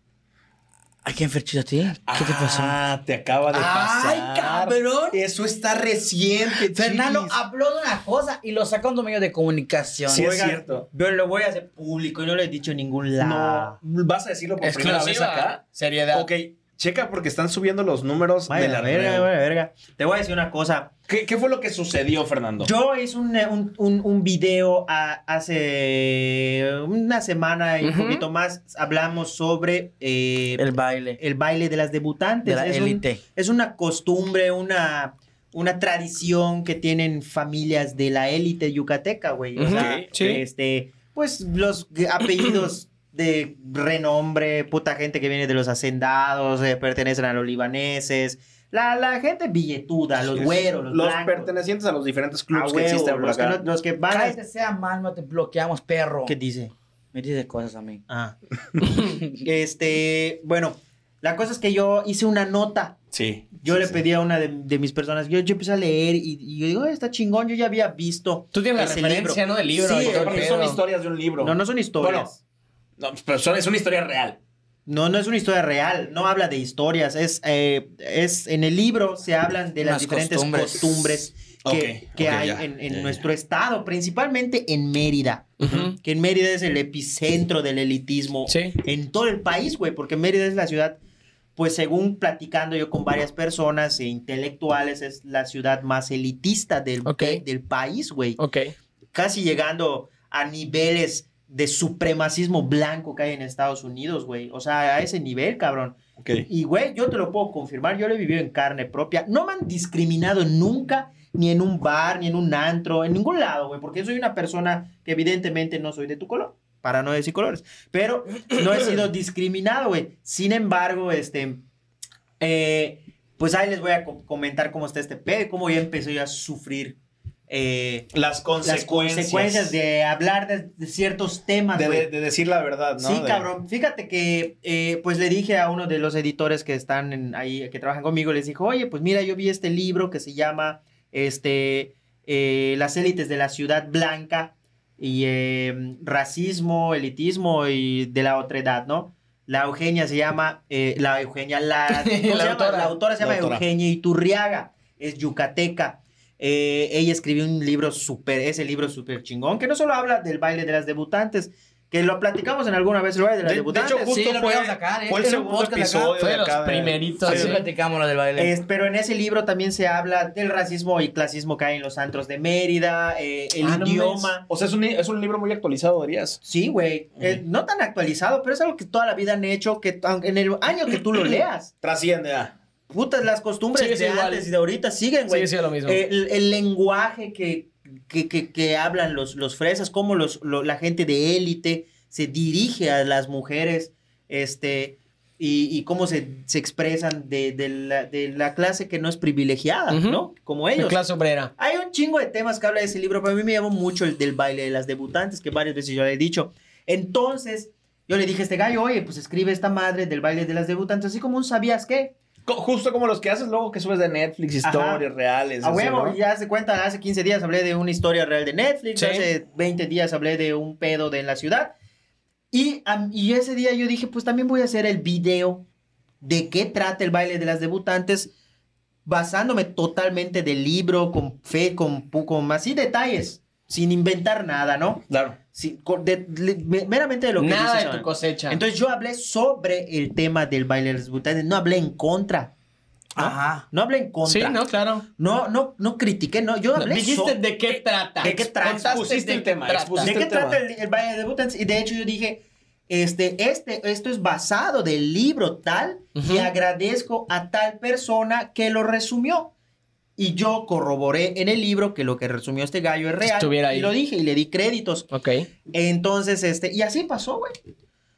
¿A quién Ferchito a ti? ¿Qué te pasó? Ah, te acaba de pasar. ¡Ay, cabrón! Eso está reciente, Fernando ah, chiquis. habló de una cosa y lo sacó en tu medio de comunicación. Sí, es Oigan, cierto. Yo lo voy a hacer público y no le he dicho ningún No, lado. ¿vas a decirlo por primera vez acá? Exclusiva. Seriedad. Ok, checa porque están subiendo los números Vaya de la la verga, red. vaya la verga. Te voy a decir una cosa. ¿Qué, qué fue lo que sucedió, Fernando? Yo hice un, eh, un, un- un video a- hace una semana y un Ujú. poquito más. Hablamos sobre eh, El baile el baile de las debutantes. de la es, un- élite. es una costumbre, una, una tradición que tienen familias de la élite yucateca, güey. O Ujú. sea, Sí. este, pues los g- apellidos de renombre, puta gente que viene de los hacendados, eh, pertenecen a los libaneses. La, la gente billetuda, los güeros, los, Los blancos. pertenecientes a los diferentes A clubes que Ah, huevo, existen por los, que acá. no- los que van Ah, a- Cállate sea mal, no te bloqueamos, perro. ¿Qué dice? Me dices cosas a mí. Ah. este, bueno, la cosa es que yo hice una nota. Sí. Yo sí, le sí. pedí a una de, de mis personas, yo, yo empecé a leer y, y yo digo, "Ay, está chingón, yo ya había visto. Tú tienes la ese referencia, ¿no? Del libro. Sí, y todo el Porque son pedo. historias de un libro. libro. No, no son historias. No, pero son- es una historia real. No, no es una historia real, no habla de historias, es, eh, es en el libro se hablan de las Las diferentes costumbres. costumbres, que, Ok, que ok, hay ya, en, ya, en ya. nuestro estado, principalmente en Mérida. Ujú. Que en Mérida es el epicentro del elitismo Sí. en todo el país, güey, porque Mérida es la ciudad, pues según platicando yo con varias personas e intelectuales, es la ciudad más elitista del, Ok. de- del país, güey. Ok. Casi llegando a niveles de supremacismo blanco que hay en Estados Unidos, güey. O sea, a ese nivel, cabrón. Ok. Y, güey, yo te lo puedo confirmar, yo lo he vivido en carne propia. No me han discriminado nunca, ni en un bar, ni en un antro, en ningún lado, güey, porque soy una persona que evidentemente no soy de tu color, para no decir colores, pero no he sido discriminado, güey. Sin embargo, este, eh, pues ahí les voy a co- comentar cómo está este pedo, y cómo yo empecé yo a sufrir. eh, Las las consecuencias. consecuencias de hablar de, de ciertos temas, de, güey. de- de decir la verdad, ¿no? Sí, De- cabrón. Fíjate que, eh, pues le dije a uno de los editores que están en- ahí, que trabajan conmigo, les dijo, oye, pues mira, yo vi este libro que se llama, este, eh, Las élites de la ciudad blanca y eh, racismo, elitismo y de la otredad, ¿no? La Eugenia se llama, eh, la Eugenia, la, ¿cómo se llama? la autora. se La llama autora. Eugenia Iturriaga, es yucateca. Eh, ella escribió un libro súper, ese libro súper chingón, que no solo habla del baile de las debutantes, que lo platicamos en alguna vez, el baile de las De- de debutantes. hecho, justo Sí, lo fue, podíamos sacar, ¿eh? fue el Este Era un segundo podcast acá. episodio. Fue de de los acá de- primeritos. Así Sí. platicamos lo del baile. Es- pero en ese libro también se habla del racismo y clasismo que hay en los antros de Mérida, eh, el Ah, no idioma. O sea, es un, es un libro muy actualizado, dirías. Sí, güey. Eh, no tan actualizado, pero es algo que toda la vida han hecho, que aunque en el año que tú lo leas. Trasciende a. ah. Putas, las costumbres Sigue de siendo igual. antes y de ahorita siguen, güey. Sigue siendo lo mismo. Eh, el, el lenguaje que, que, que- que hablan los, los fresas, cómo los, lo- la gente de élite se dirige a las mujeres, este, y, y cómo se, se expresan de, de la, de la clase que no es privilegiada, Ujú. ¿no? Como La ellos. clase obrera. Hay un chingo de temas que habla de ese libro, pero a mí me llamó mucho el del baile de las debutantes, que varias veces yo le he dicho. Entonces, yo le dije a este gallo, oye, pues escribe esta madre del baile de las debutantes, así como un sabías qué. Co- Justo como los que haces luego que subes de Netflix, Ajá. historias reales. A así, huevo, ¿no? ya se cuenta, hace 15 días hablé de una historia real de Netflix, Sí. hace 20 días hablé de un pedo de la ciudad. Y, am- y ese día yo dije, pues también voy a hacer el video de qué trata el baile de las debutantes, basándome totalmente del libro, con fe, con, pu- con así detalles, sin inventar nada, ¿no? Claro. Sí, con- de- le- me- meramente de lo que Nada dice de tu Sean. cosecha. Entonces yo hablé sobre el tema del baile de las debutantes, no hablé en contra. ¿no? Ajá. No hablé en contra. sí, no, claro. No, no, no critiqué, no, yo hablé Dijiste so- de qué trata. ¿De qué trata? Contaste Expusiste de el qué tema, trata. expusiste pues, de qué este trata tema. el, el baile de debutantes y de hecho yo dije, este, este, esto es basado del libro tal y Ujú. agradezco a tal persona que lo resumió. Y yo corroboré en el libro que lo que resumió este gallo es real. Estuviera Y ahí. lo dije y le di créditos. Ok. Entonces, este, y así pasó, güey.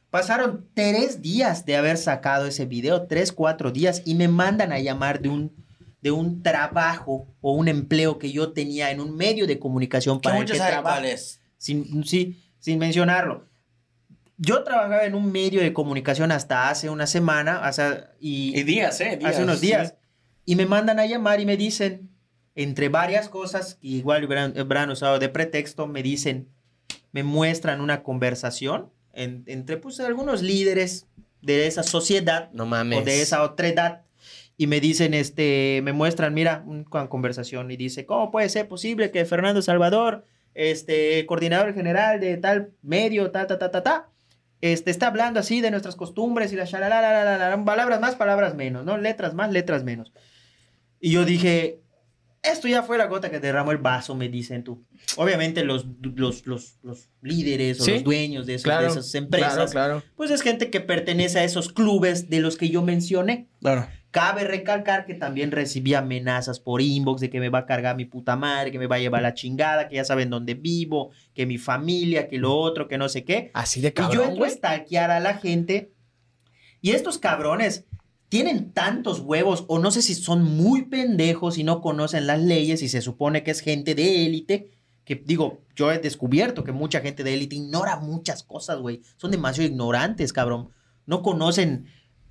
Pasaron tres días de haber sacado ese video, tres, cuatro días, y me mandan a llamar de un, de un trabajo o un empleo que yo tenía en un medio de comunicación Que para el que muchos saben trabajo. cuál es. Sin, sí, sin mencionarlo. Yo trabajaba en un medio de comunicación hasta hace una semana, o sea, y, Y días, ¿eh? Días, hace unos sí. días. Y me mandan a llamar y me dicen, entre varias cosas que igual hubieran, hubieran usado de pretexto, me dicen, me muestran una conversación en- entre pues algunos líderes de esa sociedad No mames. o de esa otra edad. Y me dicen, este, me muestran, mira, una conversación y dice, ¿cómo puede ser posible que Fernando Salvador, este, coordinador general de tal medio, ta, ta, ta, ta, ta, este, está hablando así de nuestras costumbres y la shalala, la, la, la, la, palabras más, palabras menos, ¿no? Letras más, letras menos. Y yo dije, esto ya fue la gota que derramó el vaso, me dicen tú. Obviamente los, los, los, los líderes o Sí, los dueños de, esos- claro, de esas empresas Claro, claro. pues es gente que pertenece a esos clubes de los que yo mencioné. Claro. Cabe recalcar que también recibí amenazas por inbox de que me va a cargar mi puta madre, que me va a llevar la chingada, que ya saben dónde vivo, que mi familia, que lo otro, que no sé qué. Así de Y yo cabrón, entro a güey. stalkear a la gente. Y estos cabrones tienen tantos huevos, o no sé si son muy pendejos y no conocen las leyes y se supone que es gente de élite. Que digo, yo he descubierto que mucha gente de élite ignora muchas cosas, güey. Son demasiado ignorantes, cabrón. No conocen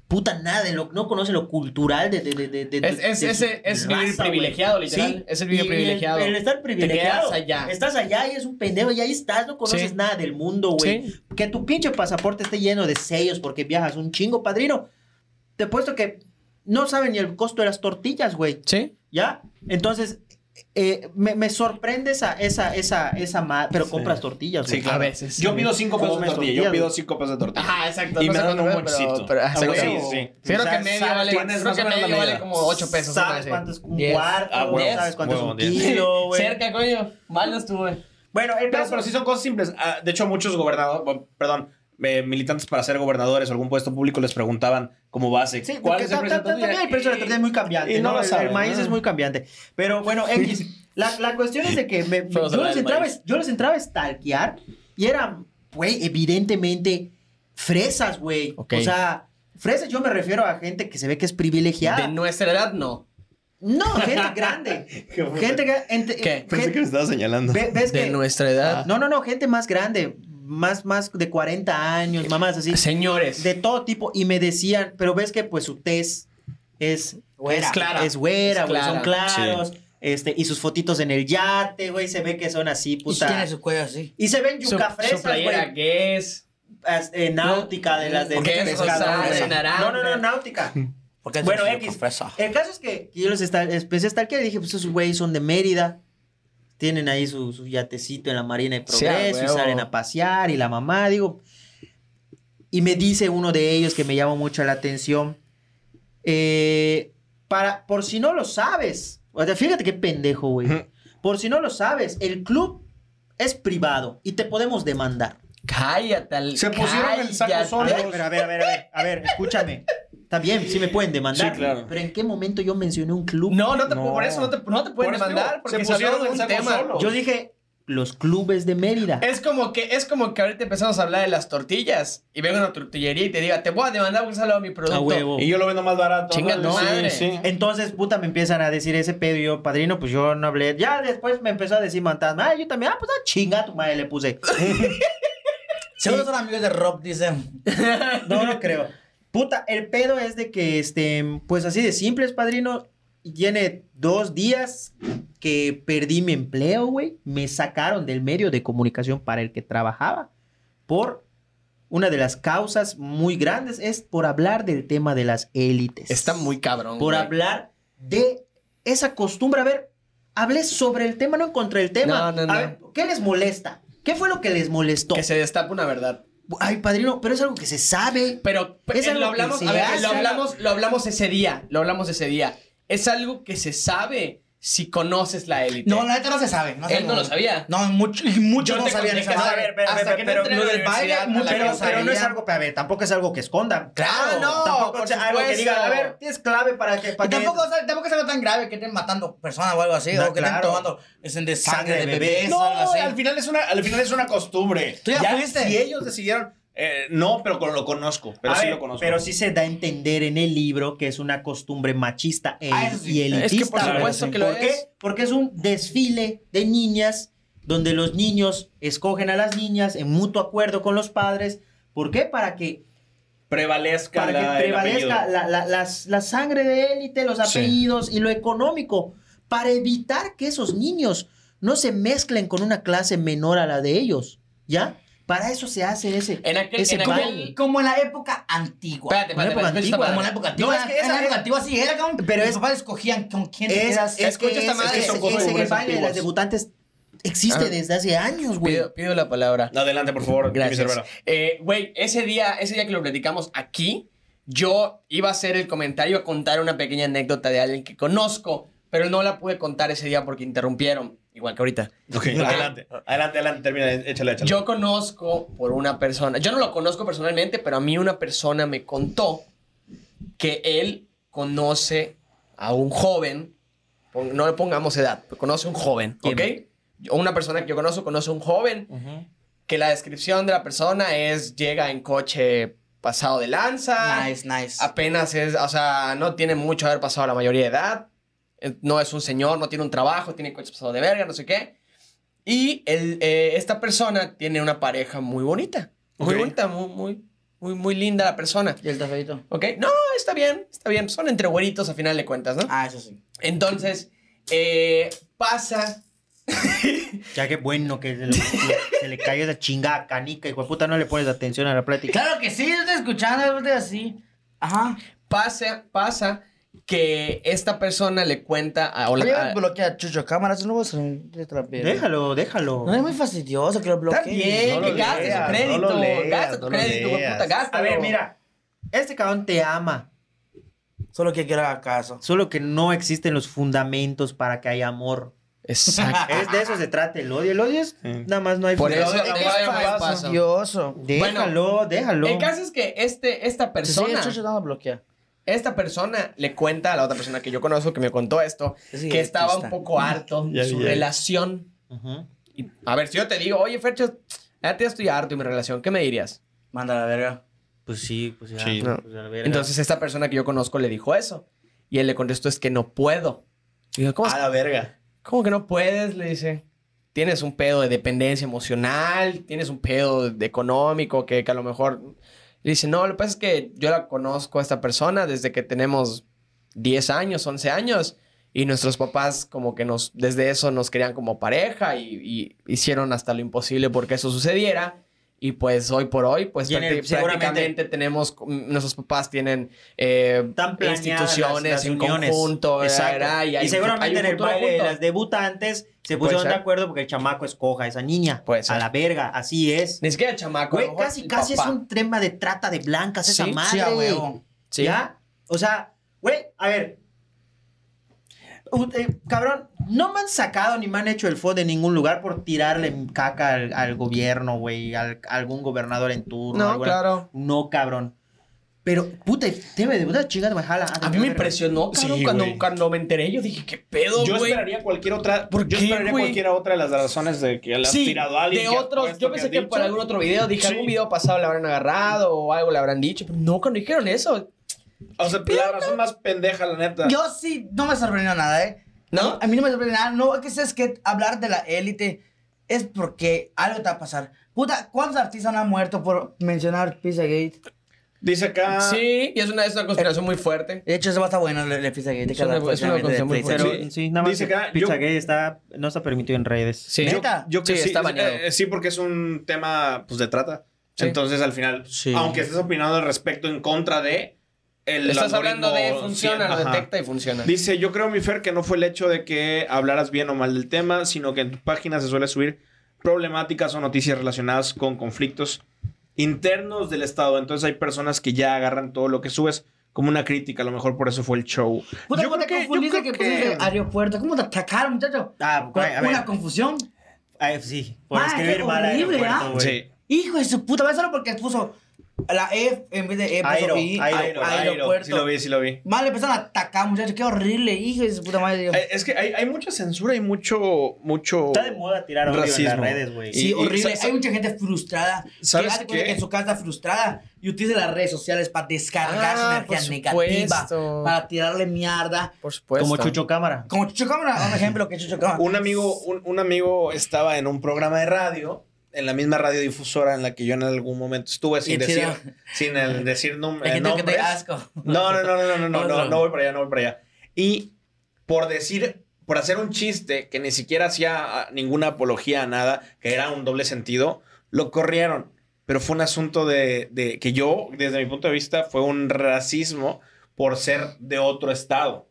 puta nada, de lo, no conocen lo cultural de... de, de, de- de- Es, es, de su ese- es raza, vivir güey. privilegiado, literal. Sí. Es el vivir Y- y privilegiado. El, el estar privilegiado. quedas allá. Estás allá y es un pendejo y ahí estás, no conoces Sí. nada del mundo, güey. Sí. Que tu pinche pasaporte esté lleno de sellos porque viajas un chingo, padrino. Te he puesto que no saben ni el costo de las tortillas, güey. Sí. ¿Ya? Entonces, eh, me, me sorprende esa, esa, esa, esa ma- Pero compras tortillas, güey. Sí, claro. A veces, sí. Yo pido 5 pesos de Comes tortilla. Yo tortillas, pido güey. 5 pesos de tortilla. Ajá, exacto. Y no me sé dan un cuánto, pero- mochito. pero- ah, Algo exacto. así, sí. Sí, creo O que sea, medio sabes vale, cuánto es creo más o que menos la medio vale medida. como 8 pesos. una ¿Sabes vez, sí. cuánto es un Diez. cuarto? Ah, huevo, ¿Sabes cuánto es huevo, un diez. kilo, güey? Cerca, coño. Mal no estuve. Bueno, el Pero, caso... pero sí son cosas simples. Ah, de hecho, muchos gobernadores, bueno, perdón, eh, militantes para ser gobernadores o algún puesto público les preguntaban como base Sí, cuál porque es el ta- precio ta- de la ta- también tortilla? el precio de la tortilla es muy cambiante. y no ¿no? lo El- saben, el maíz ¿no? es muy cambiante. Pero bueno, X. La, la cuestión es de que me- me- Vamos a yo, hablar les del entraba, maíz. yo les entraba a stalkear y eran, güey, evidentemente fresas, güey. Ok. O sea, fresas yo me refiero a gente que se ve que es privilegiada. De nuestra edad, no. No, gente grande. gente gra- ente- ¿Qué? gen- me estabas señalando. ve- ¿Ves De que- nuestra edad. No, no, no, gente más grande. Más, más de 40 años, mamás Ah. así. Señores. de todo tipo y me decían, pero ves que pues su tez es Güera. es clara, es Es güera, güey, son clara. claros, este y sus fotitos en el yate, güey, se ve que son así, Puta. puta. Tiene su cuello así. Y se ven su, yuca su fresas, playera güey, guess. as- eh, náutica de las de Porque es rosada, pescadores. de naranja. No, no, no, náutica. Porque es Bueno, un X. con fresa. El caso es que yo los esta- empecé a stalkear y dije, pues esos güeyes son de Mérida. Tienen ahí su, su yatecito en la Marina de Sí, a Progreso y huevo. salen a pasear y la mamá, digo. Y me dice uno de ellos que me llama mucho la atención. eh, para, por si no lo sabes, o sea, fíjate qué pendejo, güey. Ujú. Por si no lo sabes, el club es privado y te podemos demandar. Cállate. al- Se pusieron el saco cállate. A solos. ver, pero a ver, a ver, a ver, a ver, escúchame. También, sí me pueden demandar. Sí, claro. Pero ¿en qué momento yo mencioné un club? No, no te No. por eso no te, no te pueden Por eso demandar digo, porque se se habló pusieron de el un saco tema. solos. Yo dije, los clubes de Mérida. Es como que es como que ahorita empezamos a hablar de las tortillas y vengo a una tortillería y te diga, "Te voy a demandar porque has hablado de mi producto." A huevo. Y yo lo vendo más barato. Chinga ¿no? tu Sí, madre. sí. Entonces, puta, me empiezan a decir ese pedo y yo, padrino, pues yo no hablé. Ya después me empezó a decir fantasma. Ah, yo también, ah, pues ah, chinga a tu madre, le puse. Seguro son amigos de Rob, dicen. No, no creo. Puta, el pedo es de que, este, pues así de simples, padrino. Tiene dos días que perdí mi empleo, güey. Me sacaron del medio de comunicación para el que trabajaba. Por una de las causas muy grandes es por hablar del tema de las élites. Está muy cabrón. Por güey. hablar de esa costumbre. A ver, hablé sobre el tema, no contra el tema. No, no, A no. ver, ¿qué les molesta? ¿Qué fue lo que les molestó? que se destapa una verdad. Ay, padrino, pero es algo que se sabe. Pero Es eh, algo lo que hablamos, se a ver, hace. lo hablamos, lo hablamos ese día, lo hablamos ese día. Es algo que se sabe si conoces la élite. No, la neta no se sabe. No Él no lo sabía. No, mucho, y muchos Yo no te sabían conté esa que madre. no sabía. Hasta que no entré a la universidad, a la muchos que Pero, pero no no es sabían. algo, a ver, tampoco es algo que escondan. Claro. Ah, no, tampoco por es algo que supuesto. digan, a ver, tienes clave para que. Y Para que- tampoco, es- tampoco es algo tan grave que estén matando personas o algo así, No, o que estén claro. tomando es en de sangre, Sangre de de bebés bebés. o No, algo así. al final es una, al final es una costumbre. ¿Tú ya fuiste? Si ellos decidieron, eh, no, pero con- lo conozco. Pero A sí ver, lo conozco. pero sí se da a entender en el libro que es una costumbre machista e- Ah, eso sí. y elitista. Es que por güey. supuesto que lo ¿Por qué? es. Porque es un desfile de niñas donde los niños escogen a las niñas en mutuo acuerdo con los padres. ¿Por qué? Para que, prevalezca, para la- que el prevalezca apellido. la, la- las- la sangre de élite, los Sí. apellidos y lo económico. Para evitar que esos niños no se mezclen con una clase menor a la de ellos. ¿Ya? Para eso se hace ese. En aquel- ese en aquel- baile. Como en la época antigua. Eh, Espérate, Una espérate, época espérate, antigua. Como en la espérate. No, época antigua. es que en esa la época es- antigua sí era como. Pero Pero es- los papás escogían con quién te quedas. es escucha esta madre, ese- son ese- costumbres ese baile de antiguas. las debutantes existe Ah. desde hace años, güey. Pido, pido la palabra. Adelante, por favor, Jimmy Gracias. Cervera. Eh, Güey, ese día, ese día que lo platicamos aquí, yo iba a hacer el comentario, a contar una pequeña anécdota de alguien que conozco, pero no la pude contar ese día porque interrumpieron, igual que ahorita. Ok, adelante, adelante, adelante, termina, échale, échale. Yo conozco por una persona, yo no lo conozco personalmente, pero a mí una persona me contó que él conoce a un joven, pon- no le pongamos edad, pero conoce a un joven, ¿ok? O una persona que yo conozco conoce a un joven que la descripción de la persona es llega en coche pasado de lanza, Nice, nice. apenas es, o sea, no tiene mucho haber pasado la mayoría de edad, eh, no es un señor, no tiene un trabajo, tiene coches pasados de verga, no sé qué. Y el, eh, esta persona tiene una pareja muy bonita, muy Ok. bonita, muy, muy, muy, muy linda la persona. ¿Y el tafeito? ¿Ok? No, está bien, está bien, son entre güeritos a final de cuentas, ¿no? Ah, eso sí. Entonces, eh, pasa Ya qué bueno que se le, se le cayó esa chingada canica, hijo de puta, no le pones atención a la plática. Claro que sí, yo estoy escuchando, yo estoy así. Ajá. pasa, pasa que esta persona le cuenta a... o la- ah, Oye, a- bloquea a Chucho Cámara, eso no va a ser de trapero. Déjalo, déjalo. No es muy fastidioso que lo Está bloquee. bien, No que lo gaste leas, su no crédito. lo leas, gasta tu no lo crédito, güey, leas. puta, gasta. A ver, mira. Este cabrón te ama. Solo que quiera caso. Solo que no existen los fundamentos para que haya amor. Exacto. Es de eso se trata el odio. El odio es nada más no hay Por fundamentos. eso Es te vaya mal paso. Fastidioso. Déjalo, déjalo. El caso es que este, esta Si sigue persona, Chucho, no lo bloquea. esta persona le cuenta a la otra persona que yo conozco que me contó esto, Sí, que estaba está. un poco harto de Ya, su ya. relación. Ujú. Y, a ver, si yo te digo, oye, Fercho, ya te estoy harto de mi relación, ¿qué me dirías? Manda la verga. Pues sí, pues ya. Sí. pues a la verga. Entonces esta persona que yo conozco le dijo eso. Y él le contestó, es que no puedo. Y yo, ¿cómo, es- A la verga. ¿Cómo que no puedes? Le dice. Tienes un pedo de dependencia emocional, tienes un pedo de económico que, que a lo mejor... Le dice, no, lo que pasa es que yo la conozco a esta persona desde que tenemos 10 años, 11 años. Y nuestros papás como que nos, desde eso nos querían como pareja y, y hicieron hasta lo imposible porque eso sucediera. Y pues hoy por hoy, pues Y en el- prácti- seguramente- prácticamente tenemos, mm, nuestros papás tienen eh, Tan planeadas instituciones las- las en uniones. conjunto. Exacto. ¿verdad? Y, hay un- seguramente hay un en el futuro baile de juntos. las debutantes se pusieron de ser. acuerdo porque el chamaco escoja a esa niña. Puede ser. A la verga, así es. Ni siquiera el chamaco. a Güey, lo mejor casi, el casi papá. es un tema de trata de blancas esa Sí, sí, madre. a huevo. Sí. ¿Ya? O sea, güey, a ver. U- eh, cabrón, no me han sacado ni me han hecho el FO de ningún lugar por tirarle caca al, al gobierno, güey, al, a algún gobernador en turno. No, alguna- claro. No, cabrón. Pero, puta, te me de puta chingada, me jala. A mí me impresionó, cabrón, Sí, cuando, güey. cuando me enteré. Yo dije, ¿qué pedo, Yo güey? esperaría cualquier otra. ¿Por yo qué, esperaría güey? cualquier otra de las razones de que le has Sí, tirado a alguien. de que has otros. puesto, Yo pensé has que, por dicho. algún otro video, dije, Sí. algún video pasado le habrán agarrado o algo le habrán dicho. Pero no, cuando dijeron eso. O sea, la razón más pendeja, la neta. Yo sí, no me sorprendió nada, ¿eh? ¿No? A mí no me sorprende nada. No, es que sabes que hablar de la élite es porque algo te va a pasar. Puta, ¿cuántos artistas han muerto por mencionar Pizzagate? Dice acá. Sí, y es una, es una conspiración muy fuerte. De hecho, eso va a estar bueno, el, el Pizzagate. Es una- es una cosa muy Pero, Sí. sí, nada más Dice que ah, acá, yo- Pizza Gay está, no está permitido en redes. Sí. Yo, ¿Neta? yo que Sí, sí, está es- baneado. eh, sí, porque es un tema pues de trata. Sí. Entonces, al final, Sí. aunque estés opinando al respecto en contra de el Estás hablando de algoritmo funciona, 100, lo ajá. detecta y funciona. Dice, yo creo, mi Fer, que no fue el hecho de que hablaras bien o mal del tema, sino que en tu página se suele subir problemáticas o noticias relacionadas con conflictos internos del Estado. Entonces hay personas que ya agarran todo lo que subes como una crítica. A lo mejor por eso fue el show. Puta, Yo ¿cómo te creo que- yo confundiste que, creo pusiste que- aeropuerto? ¿Cómo te atacaron, muchacho? Ah, Con güey, a una ver. confusión. Ah, sí, por Ah, qué escribir mal horrible, aeropuerto, ¿ah? güey. Sí. Hijo de su puta, ¿ves solo porque puso la F en vez de E? puso Aero, I, aero, Airo, Airo. aeropuerto. Sí lo vi, sí lo vi. Mal empezaron a atacar, muchacho. Qué horrible, hijo de su puta madre. Dios. Eh, Es que hay, hay mucha censura y mucho, mucho... Está de moda tirar odio en las Racismo. redes, güey. Sí, Y- y- horrible. sa- Hay mucha gente frustrada. ¿Sabes que hace cuenta qué? que en su casa frustrada y utiliza las redes sociales para descargar su Ah, energía por negativa, supuesto. para tirarle mierda. Por supuesto. Como Chucho Cámara. Como Chucho Cámara, un ejemplo que Chucho Cámara. Un amigo, un, un amigo estaba en un programa de radio, en la misma radiodifusora en la que yo en algún momento estuve Y sin decir, tira- sin el decir num- Hay eh, gente que te nombres. da asco. No, no, no, no, no, no, no, no, Otro. no voy para allá, no voy para allá. Y por decir, por hacer un chiste que ni siquiera hacía ah, ninguna apología a nada, que era un doble sentido, lo corrieron. Pero fue un asunto de, de que yo, desde mi punto de vista, fue un racismo por ser de otro estado.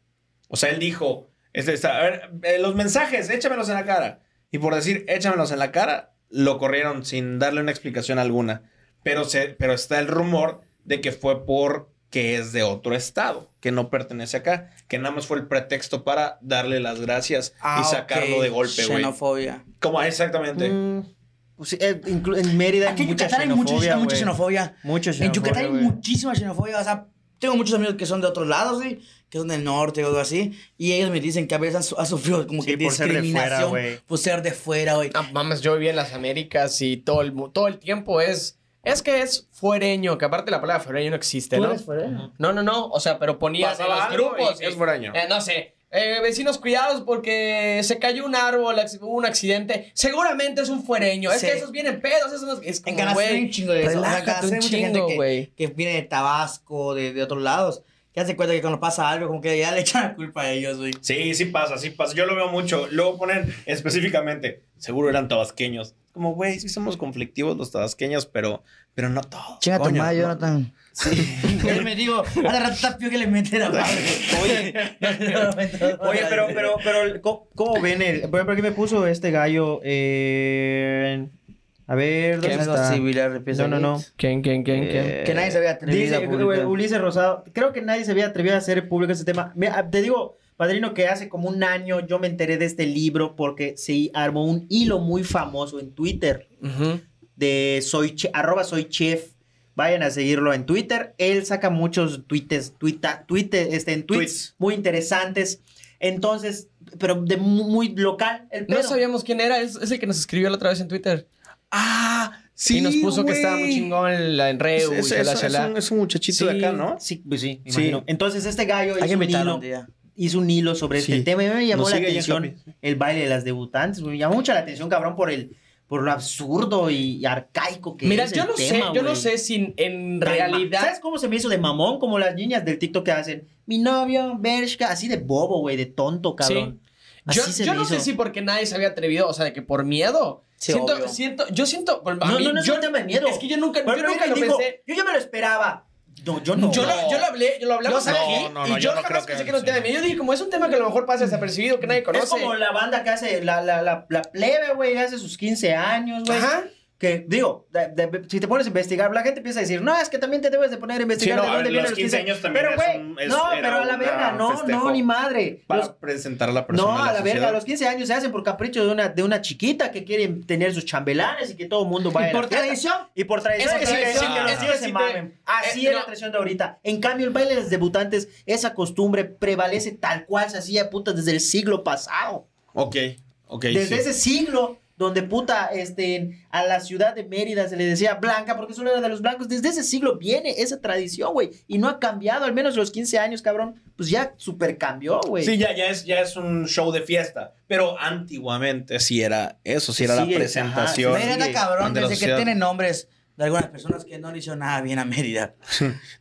O sea, él dijo, este, está- a ver, eh, los mensajes, échamelos en la cara. Y por decir, échamelos en la cara, lo corrieron sin darle una explicación alguna. Pero, se, pero está el rumor de que fue por que es de otro estado, que no pertenece acá, que nada más fue el pretexto para darle las gracias Ah, y sacarlo ok. de golpe, güey. Xenofobia. Como exactamente. Mm, pues sí, eh, inclu- en Mérida hay Aquí en mucha Yucatán hay mucho- xenofobia, mucha güey. xenofobia. Mucho En Yucatán xenofobia, hay güey. muchísima xenofobia. O sea, tengo muchos amigos que son de otros lados, ¿sí? que son del norte o algo así. Y ellos me dicen que a veces han, su- han sufrido como Sí, que por ser de fuera, discriminación güey. por ser de fuera, güey. No mames, yo viví en las Américas y todo el, mu- todo el tiempo es. Es que es fuereño, que aparte la palabra fuereño no existe, ¿Tú ¿no? eres fuera? No, no, no. O sea, pero ponías en Pasaba los algo grupos. y es eh, fuereño. eh, no sé. eh, vecinos, cuidados porque se cayó un árbol, acc- hubo un accidente. Seguramente es un fuereño. Es Sí. que esos vienen pedos, esos no- es En como, Canadá hay güey, un chingo de eso. O sea, en relájate Canadá un hay mucha chingo, gente güey. que, que viene de Tabasco, de, de otros lados. Que hace cuenta que cuando pasa algo, como que ya le echan la culpa a ellos, güey. Sí, sí pasa, sí pasa. Yo lo veo mucho. Luego ponen específicamente, seguro eran tabasqueños, como, güey, sí somos conflictivos los tabasqueños, pero, pero no todos. Chinga tu coño, madre, no- Jonathan. Él me dijo, a la rato está peor que le mete la madre. Oye, Oye, pero, pero, pero, ¿cómo, cómo ven el? Por ejemplo, aquí me puso este gallo eh, A ver, ¿dónde Que algo está? similar empieza No, no, aquí. no. ¿Quién, quién, quién, quién? Eh, Que nadie se había atrevido dice, a publicar. Ulises Rosado, creo que nadie se había atrevido a hacer público ese tema. Mira, ah, te digo, padrino, que hace como un año yo me enteré de este libro porque se armó un hilo muy famoso en Twitter Ujú. de soy che- arroba soy chef. Vayan a seguirlo en Twitter. Él saca muchos tweets, tuita, tuite- este, en tweets, Tweets. muy interesantes. Entonces, pero de mu- muy, local. El No pedo. sabíamos quién era, es, es el que nos escribió la otra vez en Twitter. ah, sí. y nos puso güey. que estaba muy chingón la Es, enreu y es- shalá, es- es shalá. un, es un muchachito de Sí. acá, ¿no? Sí, pues sí, me Sí. imagino. Entonces, este gallo Hay que hizo un, invitarlo hilo, un día. hizo un hilo sobre Sí. este tema y me llamó Nos la sigue ahí en atención el baile de las debutantes. Me llamó mucho la atención, cabrón, por el por lo absurdo y arcaico que Mira, es. yo el no sé, tema, yo no güey. sé si Tan en ma- realidad. ¿Sabes cómo se me hizo de mamón? Como las niñas del TikTok que hacen, mi novio, Bershka, así de bobo, güey, de tonto, cabrón. Yo, Así se yo me no sé hizo. si porque nadie se había atrevido, o sea, de que por miedo. Sí, siento, obvio. siento, yo siento. a No, mí- no, no es yo- un tema de miedo. Es que yo nunca, Pero yo yo nunca lo digo, pensé. Yo ya me lo esperaba. No, yo no. Yo, lo, yo lo hablé, yo lo hablamos No, aquí. no, no, y yo yo, no jamás creo que- pensé que era un tema de miedo. Yo dije, como es un tema que a lo mejor pasa desapercibido, que nadie conoce. Es como la banda que hace la, la, la, la plebe, güey, hace sus 15 años, güey. Ajá. Que, digo, de- de- si te pones a investigar, la gente empieza a decir, no, es que también te debes de poner a investigar Sí, no, de a dónde ver, vienen los los 15 15 años también Pero, es güey, un- es- no, era pero a la una- verga, un no, no, festejo ni madre. Para Los- presentar a la persona. no, a la verga, a sociedad. los 15 años se hacen por capricho de una, de una chiquita que quiere tener sus chambelanes y que todo el mundo vaya a la por fiesta. tradición. Y por tradición. Eso que sí, sí, tradición, que los es tíos que se sí te- mamen. Así eh, es la no. tradición de ahorita. En cambio, el baile de los debutantes, esa costumbre prevalece tal cual se hacía, puta, desde el siglo pasado. Ok, ok. Desde sí. ese siglo donde puta este, a la ciudad de Mérida se le decía blanca porque solo era de los blancos. Desde ese siglo viene esa tradición, güey. Y no ha cambiado, al menos los 15 años, cabrón. Pues ya super cambió, güey. Sí, ya, ya, es, ya es un show de fiesta. Pero antiguamente sí era eso, sí era Sigue, la ajá, presentación. sí, Mira, está cabrón, Ante la desde que sociedad. tiene nombres de algunas personas que no le hizo nada bien a Mérida.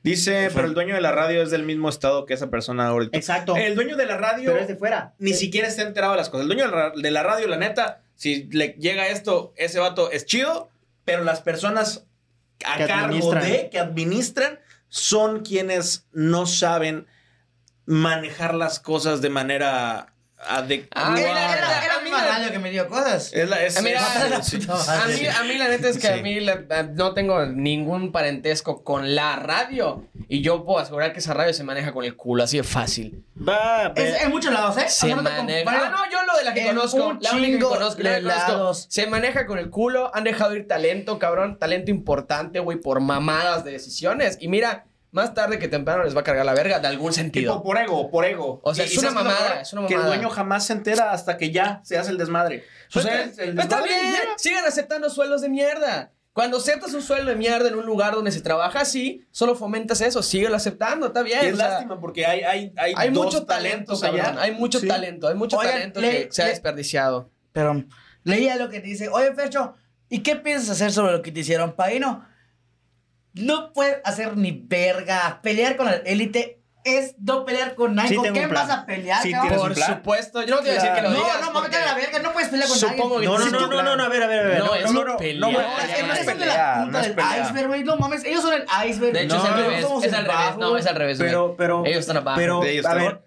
Dice, pero el dueño de la radio es del mismo estado que esa persona ahorita. Exacto. El dueño de la radio Pero es de fuera. ni siquiera está enterado de las cosas. El dueño de la- de la radio, la neta, si le llega esto, ese vato es chido, pero las personas a Que cargo administran. de, que administran, son quienes no saben manejar las cosas de manera Ah, adecuada. mira, Era, era, era A la mí misma me- radio que me dio cosas. Es la- es- Ah, mira, es- la Ah, sí. puta A mí, a mí la neta es que Sí. a mí la- la- no tengo ningún parentesco con la radio. Y yo puedo asegurar que esa radio se maneja con el culo, así de fácil. Va, Es, en muchos lados, ¿eh? Se Hablando con- maneja. bueno, Ah, no, yo lo de la que en conozco. un La única que chingo conozco, la de que conozco. lados. Se maneja con el culo. Han dejado ir talento, cabrón. Talento importante, güey, por mamadas de decisiones. Y mira, más tarde que temprano les va a cargar la verga de algún Tipo, sentido. por ego, por ego. O sea, es una ¿sabes qué lo mamada, peor? es una Que el mamada. dueño jamás se entera hasta que ya se hace el desmadre. Pues Sucede está- el pues está desmadre y bien. ya. Sigan aceptando sueldos de mierda. Cuando aceptas un sueldo de mierda en un lugar donde se trabaja así, solo fomentas eso. Síguelo aceptando, está bien. Y es o sea, lástima porque hay, hay, hay, Hay dos mucho talento, talentos allá. cabrón. Hay mucho Sí. talento, hay mucho Oigan, talento le- que se ha le- desperdiciado. Pero leía lo que te dice, oye Fecho, ¿y qué piensas hacer sobre lo que te hicieron, Paino? No puedes hacer ni verga. Pelear con la élite es no pelear con nadie. Sí, ¿Con tengo quién un plan. vas a pelear, Sí, cabrón? ¿Tienes un Por plan? supuesto, yo no te voy a decir que Claro. lo No, digas. no, mames, porque a la verga, no puedes pelear con nadie. Supongo que No, no, sí, no, tu no, no, no, a ver, a ver, a ver. No, es no, un no, pelea. no, No, es que no es la punta del iceberg, güey. No mames, ellos son el iceberg. De hecho, es No, al nosotros revés. somos Es el al revés, bajo, no, güey. es al revés. güey. Pero, pero. Ellos están abajo. Pero, Ellos a están ver. abajo.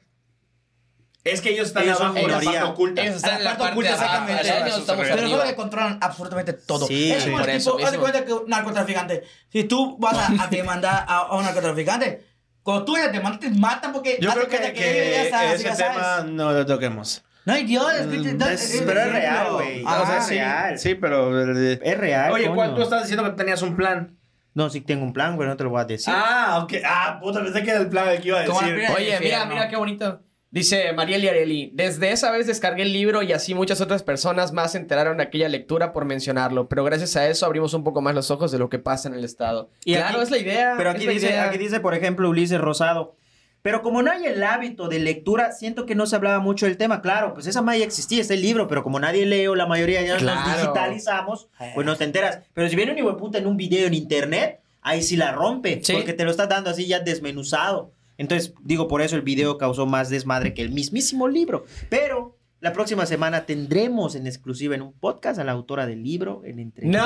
Es que ellos están Ellos abajo son en la minoría. parte oculta. Ellos están A en la parte oculta, de abajo, exactamente. a ellos estamos Pero Pero son los arriba. que controlan absolutamente todo. Sí, es como por el eso tipo, haz de mismo. cuenta que un narcotraficante, si tú vas a, a demandar a, a un narcotraficante, cuando tú ya demandas, te matan porque Yo haz de creo que, cuenta que ellos ya saben, ese ya tema sabes. no lo toquemos. No, hay Dios, es, Mm, no, es- pero es real, güey. Ah, O sea, sí. real. Sí, pero... eh, Es real. Oye, coño. ¿cuál, tú estás diciendo que tenías un plan. No, sí tengo un plan, güey, no te lo voy a decir. Ah, ok. Ah, puta, pensé que era el plan que iba a Como la decir. primera- Oye, mira, infierno. mira qué bonito. Dice Mariel y Areli, desde esa vez descargué el libro y así muchas otras personas más se enteraron de aquella lectura por mencionarlo, pero gracias a eso abrimos un poco más los ojos de lo que pasa en el Estado. Y claro, aquí- es la idea. Pero es aquí la dice, idea. aquí dice, por ejemplo, Ulises Rosado. Pero como no hay el hábito de lectura, siento que no se hablaba mucho del tema. Claro, pues esa madre ya existía, está el libro, pero como nadie lee o la mayoría ya nos Claro. digitalizamos, pues no te enteras. Pero si viene un hijo puta en un video en internet, ahí sí la rompe, Sí. porque te lo está dando así ya desmenuzado. Entonces, digo, por eso el video causó más desmadre que el mismísimo libro. Pero La próxima semana tendremos en exclusiva en un podcast a la autora del libro en entrevista.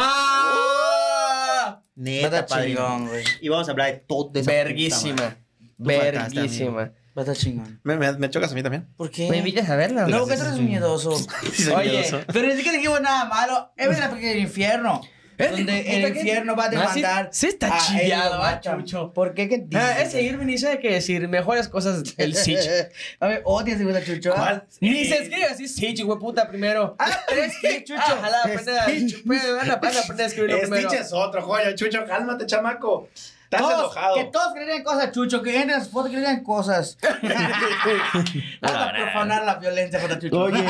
¡No! Neta, padrino. güey. Y vamos a hablar de todo de esa puta Verguísima. madre. Tú faltaste, Verguísima. Va a estar chingón. ¿Me, me, me chocas a mí también? ¿Por qué? ¿Me invitas a verla? o No, que tú eres miedoso. Sí, soy Oye, miedoso. Pero ni siquiera dijimos nada malo. Es verdad porque el infierno. Eh, Donde puta, el que- infierno va a Ah, sí- demandar. sí está a chillado, ellos, ah, macho. Chucho. ¿Por qué que Ah, ese Irving sabe qué decir. Mejores cosas el Sitch. A ver, odias igual a Chucho. ¿ah? Ni se escribe así Sitch, güey, puta, primero. Ah, pero es que Chucho. Ah, ojalá aprenda, chupe, van a van a aprender a escribirlo primero. Stitch es otro, joya. Chucho, cálmate, chamaco. Estás Todos- enojado. Que todos crean cosas, Chucho. Que entren a sus fotos, que crean cosas. Hasta Ah, profanar la violencia para Chucho. Oye.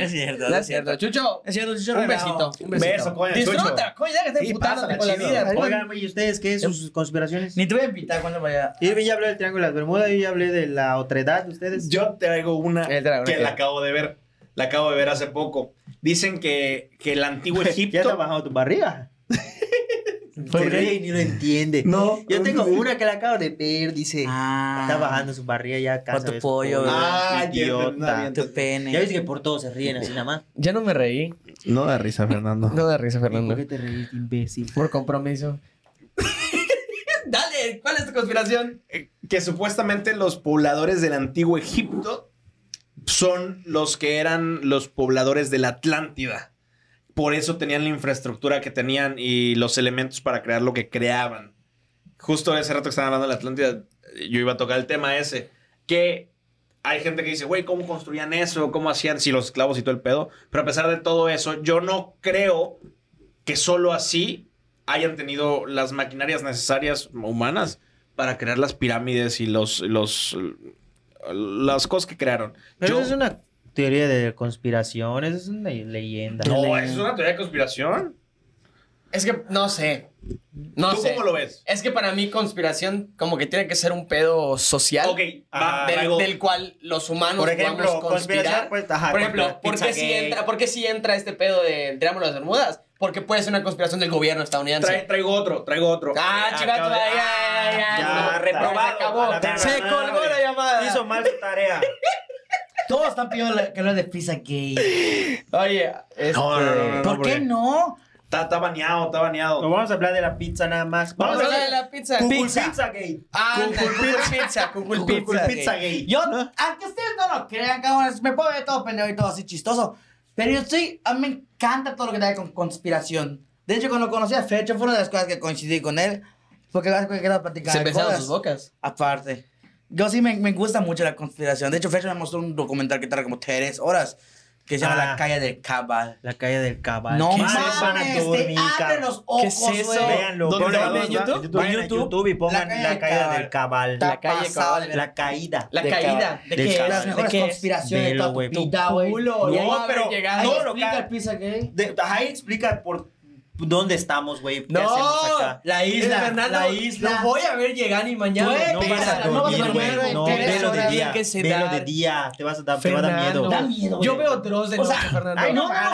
es cierto, No es cierto. Chucho, Es cierto, Chucho. un relajo. besito. Un besito. Beso, coño, Disfruta, Chucho. coño, ya que Sí, estés putándote pásala con la chido. vida. Oigan, güey, ¿y ustedes qué? ¿Sus, sus conspiraciones? Ni te voy a invitar cuando vaya. Irving ya habló del Triángulo de las Bermudas, yo ya hablé de la otredad de ustedes. Yo traigo una El dragón, que ok. la acabo de ver. La acabo de ver hace poco. Dicen que, que el antiguo Ya te ha Egipto. bajado tu barriga. ¿Por Pero qué? ella ni lo entiende. No. Yo tengo una que la acabo de ver, dice. Ah, "Ah, Está bajando su barriga ya Por cansa tu de su pollo, culo, ¿verdad? Ah, ya entendí, ya idiota. entendí. Tu pene. Ya ves que por todo se ríen así nada más. Ya no me reí. No da risa, Fernando. No da risa, ¿Por Fernando. qué te reíste, imbécil? Por compromiso. Dale, ¿cuál es tu conspiración? Eh, Que supuestamente los pobladores del antiguo Egipto son los que eran los pobladores de la Atlántida. Por eso tenían la infraestructura que tenían y los elementos para crear lo que creaban. Justo ese rato que estaban hablando de la Atlántida, yo iba a tocar el tema ese. Que hay gente que dice, güey, ¿cómo construían eso? ¿Cómo hacían? Si los esclavos y todo el pedo. Pero a pesar de todo eso, yo no creo que solo así hayan tenido las maquinarias necesarias humanas para crear las pirámides y los, los las cosas que crearon. Pero Yo- eso es una teoría de conspiración, eso es una leyenda. No, eso es una teoría de conspiración. Es que no sé. No ¿Tú sé. cómo lo ves? Es que para mí conspiración como que tiene que ser un pedo social. Ok, va- ah, del, algo- del cual los humanos Por ejemplo, podamos conspiración, conspirar. pues, ah, ajá, por ejemplo, contra ¿por qué, si Pizzagate. entra, ¿por qué si entra este pedo de Triángulo de las Bermudas? Porque puede ser una conspiración del gobierno estadounidense. Trae- traigo otro, traigo otro. Ah, Acabo chivato, de- ya, ya, ya, ya, no, está. reprobado, acabó. A la Se madre. colgó la llamada. Hizo mal su tarea. Todos están pidiendo la- que lo de pizza gay. Oye, este... No, no, no, no, no, ¿Por qué no? Está, está baneado, está baneado. No, vamos a hablar de la pizza nada más. Vamos a hablar de hacer la pizza. Google Pizza. Ah, Pizza Gate. Anda, Google Pizza, Google Google Pizza. Pizza Gate. Yo, aunque ustedes no lo crean, cabrones, me puedo ver todo pendejo y todo así chistoso. Pero yo estoy, a mí me encanta todo lo que tiene con conspiración. De hecho, cuando conocí a Fecho, fue una de las cosas que coincidí con él. Porque las cosas que era platicar. Se de besaron cosas. sus bocas. Aparte. Yo sí me, me gusta mucho la conspiración. De hecho, Fecho me mostró un documental que tarda como tres horas. Que se llama Ah. La calle del cabal. La calle del cabal. No ¿Qué se van a mames, te dormir, abre cabrón? los ¿Qué es ojos, eso? güey. Véanlo. ¿Dónde pongan- lo ven? ¿En YouTube? YouTube? Vayan a YouTube. YouTube y pongan La la calle calle del cabal. Está La, La calle pasado cabal. de la caída. La De caída. cabal. ¿De De qué cabal. es? las ¿De mejores qué es? conspiraciones de Velo, toda tu güey, tu vida, güey. culo, Y no, ahí va a pero- haber llegado. no, Ahí lo explica ca- el pizza gay. De, ajá, explica por dónde estamos, güey. ¿Qué hacemos No, acá? La isla, la isla. Lo voy a ver llegar y mañana. Güey, no te vas vas a a- no vas a dormir, güey. dormir, No, tres velo de horas. día. Que se Velo da. de día. Te vas a dar, te va a dar miedo. Da miedo, Yo güey. veo Dross de O noche, sea, Fernando. Ay, no, no, no.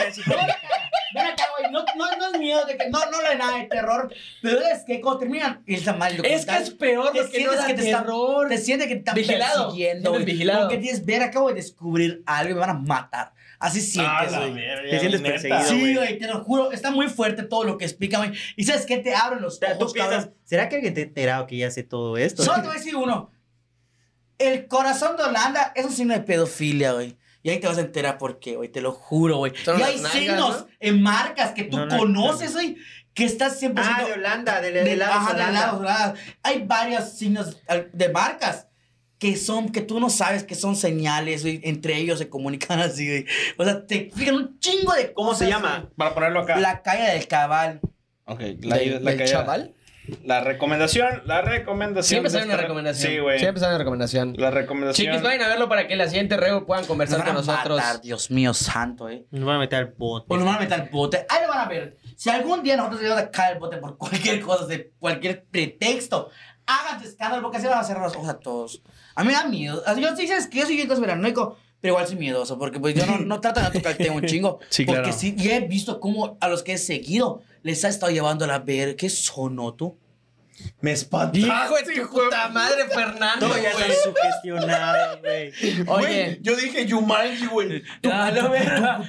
Ven acá, güey. No, no, no es miedo de que. No, no le nada de terror. Pero es que cuando terminan. y está mal el Es que documental, es peor te porque no sientes da que te está- terror. Te sientes que te están Vigilado. persiguiendo, Sientes güey. vigilado. Como que tienes, ver, acabo de descubrir algo y me van a matar. Así Ah, sientes, la güey. verga, Te sientes neta. perseguido, Sí, Sí, güey, te lo juro. Está muy fuerte todo lo que explica, güey. Y sabes qué? te abren los O sea, tú ojos, piensas, cabrón. ¿será que alguien te ha enterado que ya sé todo esto? Solo te voy a decir uno. El corazón de Holanda es un signo de pedofilia, güey. Y ahí te vas a enterar por qué, güey. Te lo juro, güey. Son Y las hay nalgas, signos ¿no? en marcas que tú No, no, conoces, güey. Que estás siempre Ah, de Holanda, del de, helado ajá, de Holanda. helados, helados. Hay varios signos al- de marcas que son, que tú no sabes que son señales, güey. Entre ellos se comunican así, güey. O sea, te fijan un chingo de ¿Cómo se cosas, llama? Para ponerlo acá. güey. La calle del cabal. Ok, la, ¿Del- la del caída. chaval? La recomendación, la recomendación. Siempre de sale una esta- recomendación. Sí, güey. Siempre sale una recomendación. La recomendación. Chiquis, vayan a verlo para que en la siguiente reo puedan Nos conversar van a con nosotros. matar, Dios mío santo, eh. Nos van a meter al bote. O nos van a meter al bote. Ahí lo van a ver. Si algún día nosotros llegamos a caer al bote por cualquier cosa, de cualquier pretexto, hagan su escándalo porque así van a cerrar los ojos a todos. A mí me da miedo. Así, Yo sí sabes que yo soy bien conspiranoico, pero igual soy miedoso porque pues yo no, no trato de tocar el tema un chingo. Sí, porque claro. sí, y he visto cómo a los que he seguido les ha estado llevando a la ver. ¿Qué sonó tú? Me espanta. Hijo de tu puta madre, Fernando. Todo ya güey. está sugestionado, güey. Oye, Oye, Ah, yo dije Yumanji, güey. ya la verga.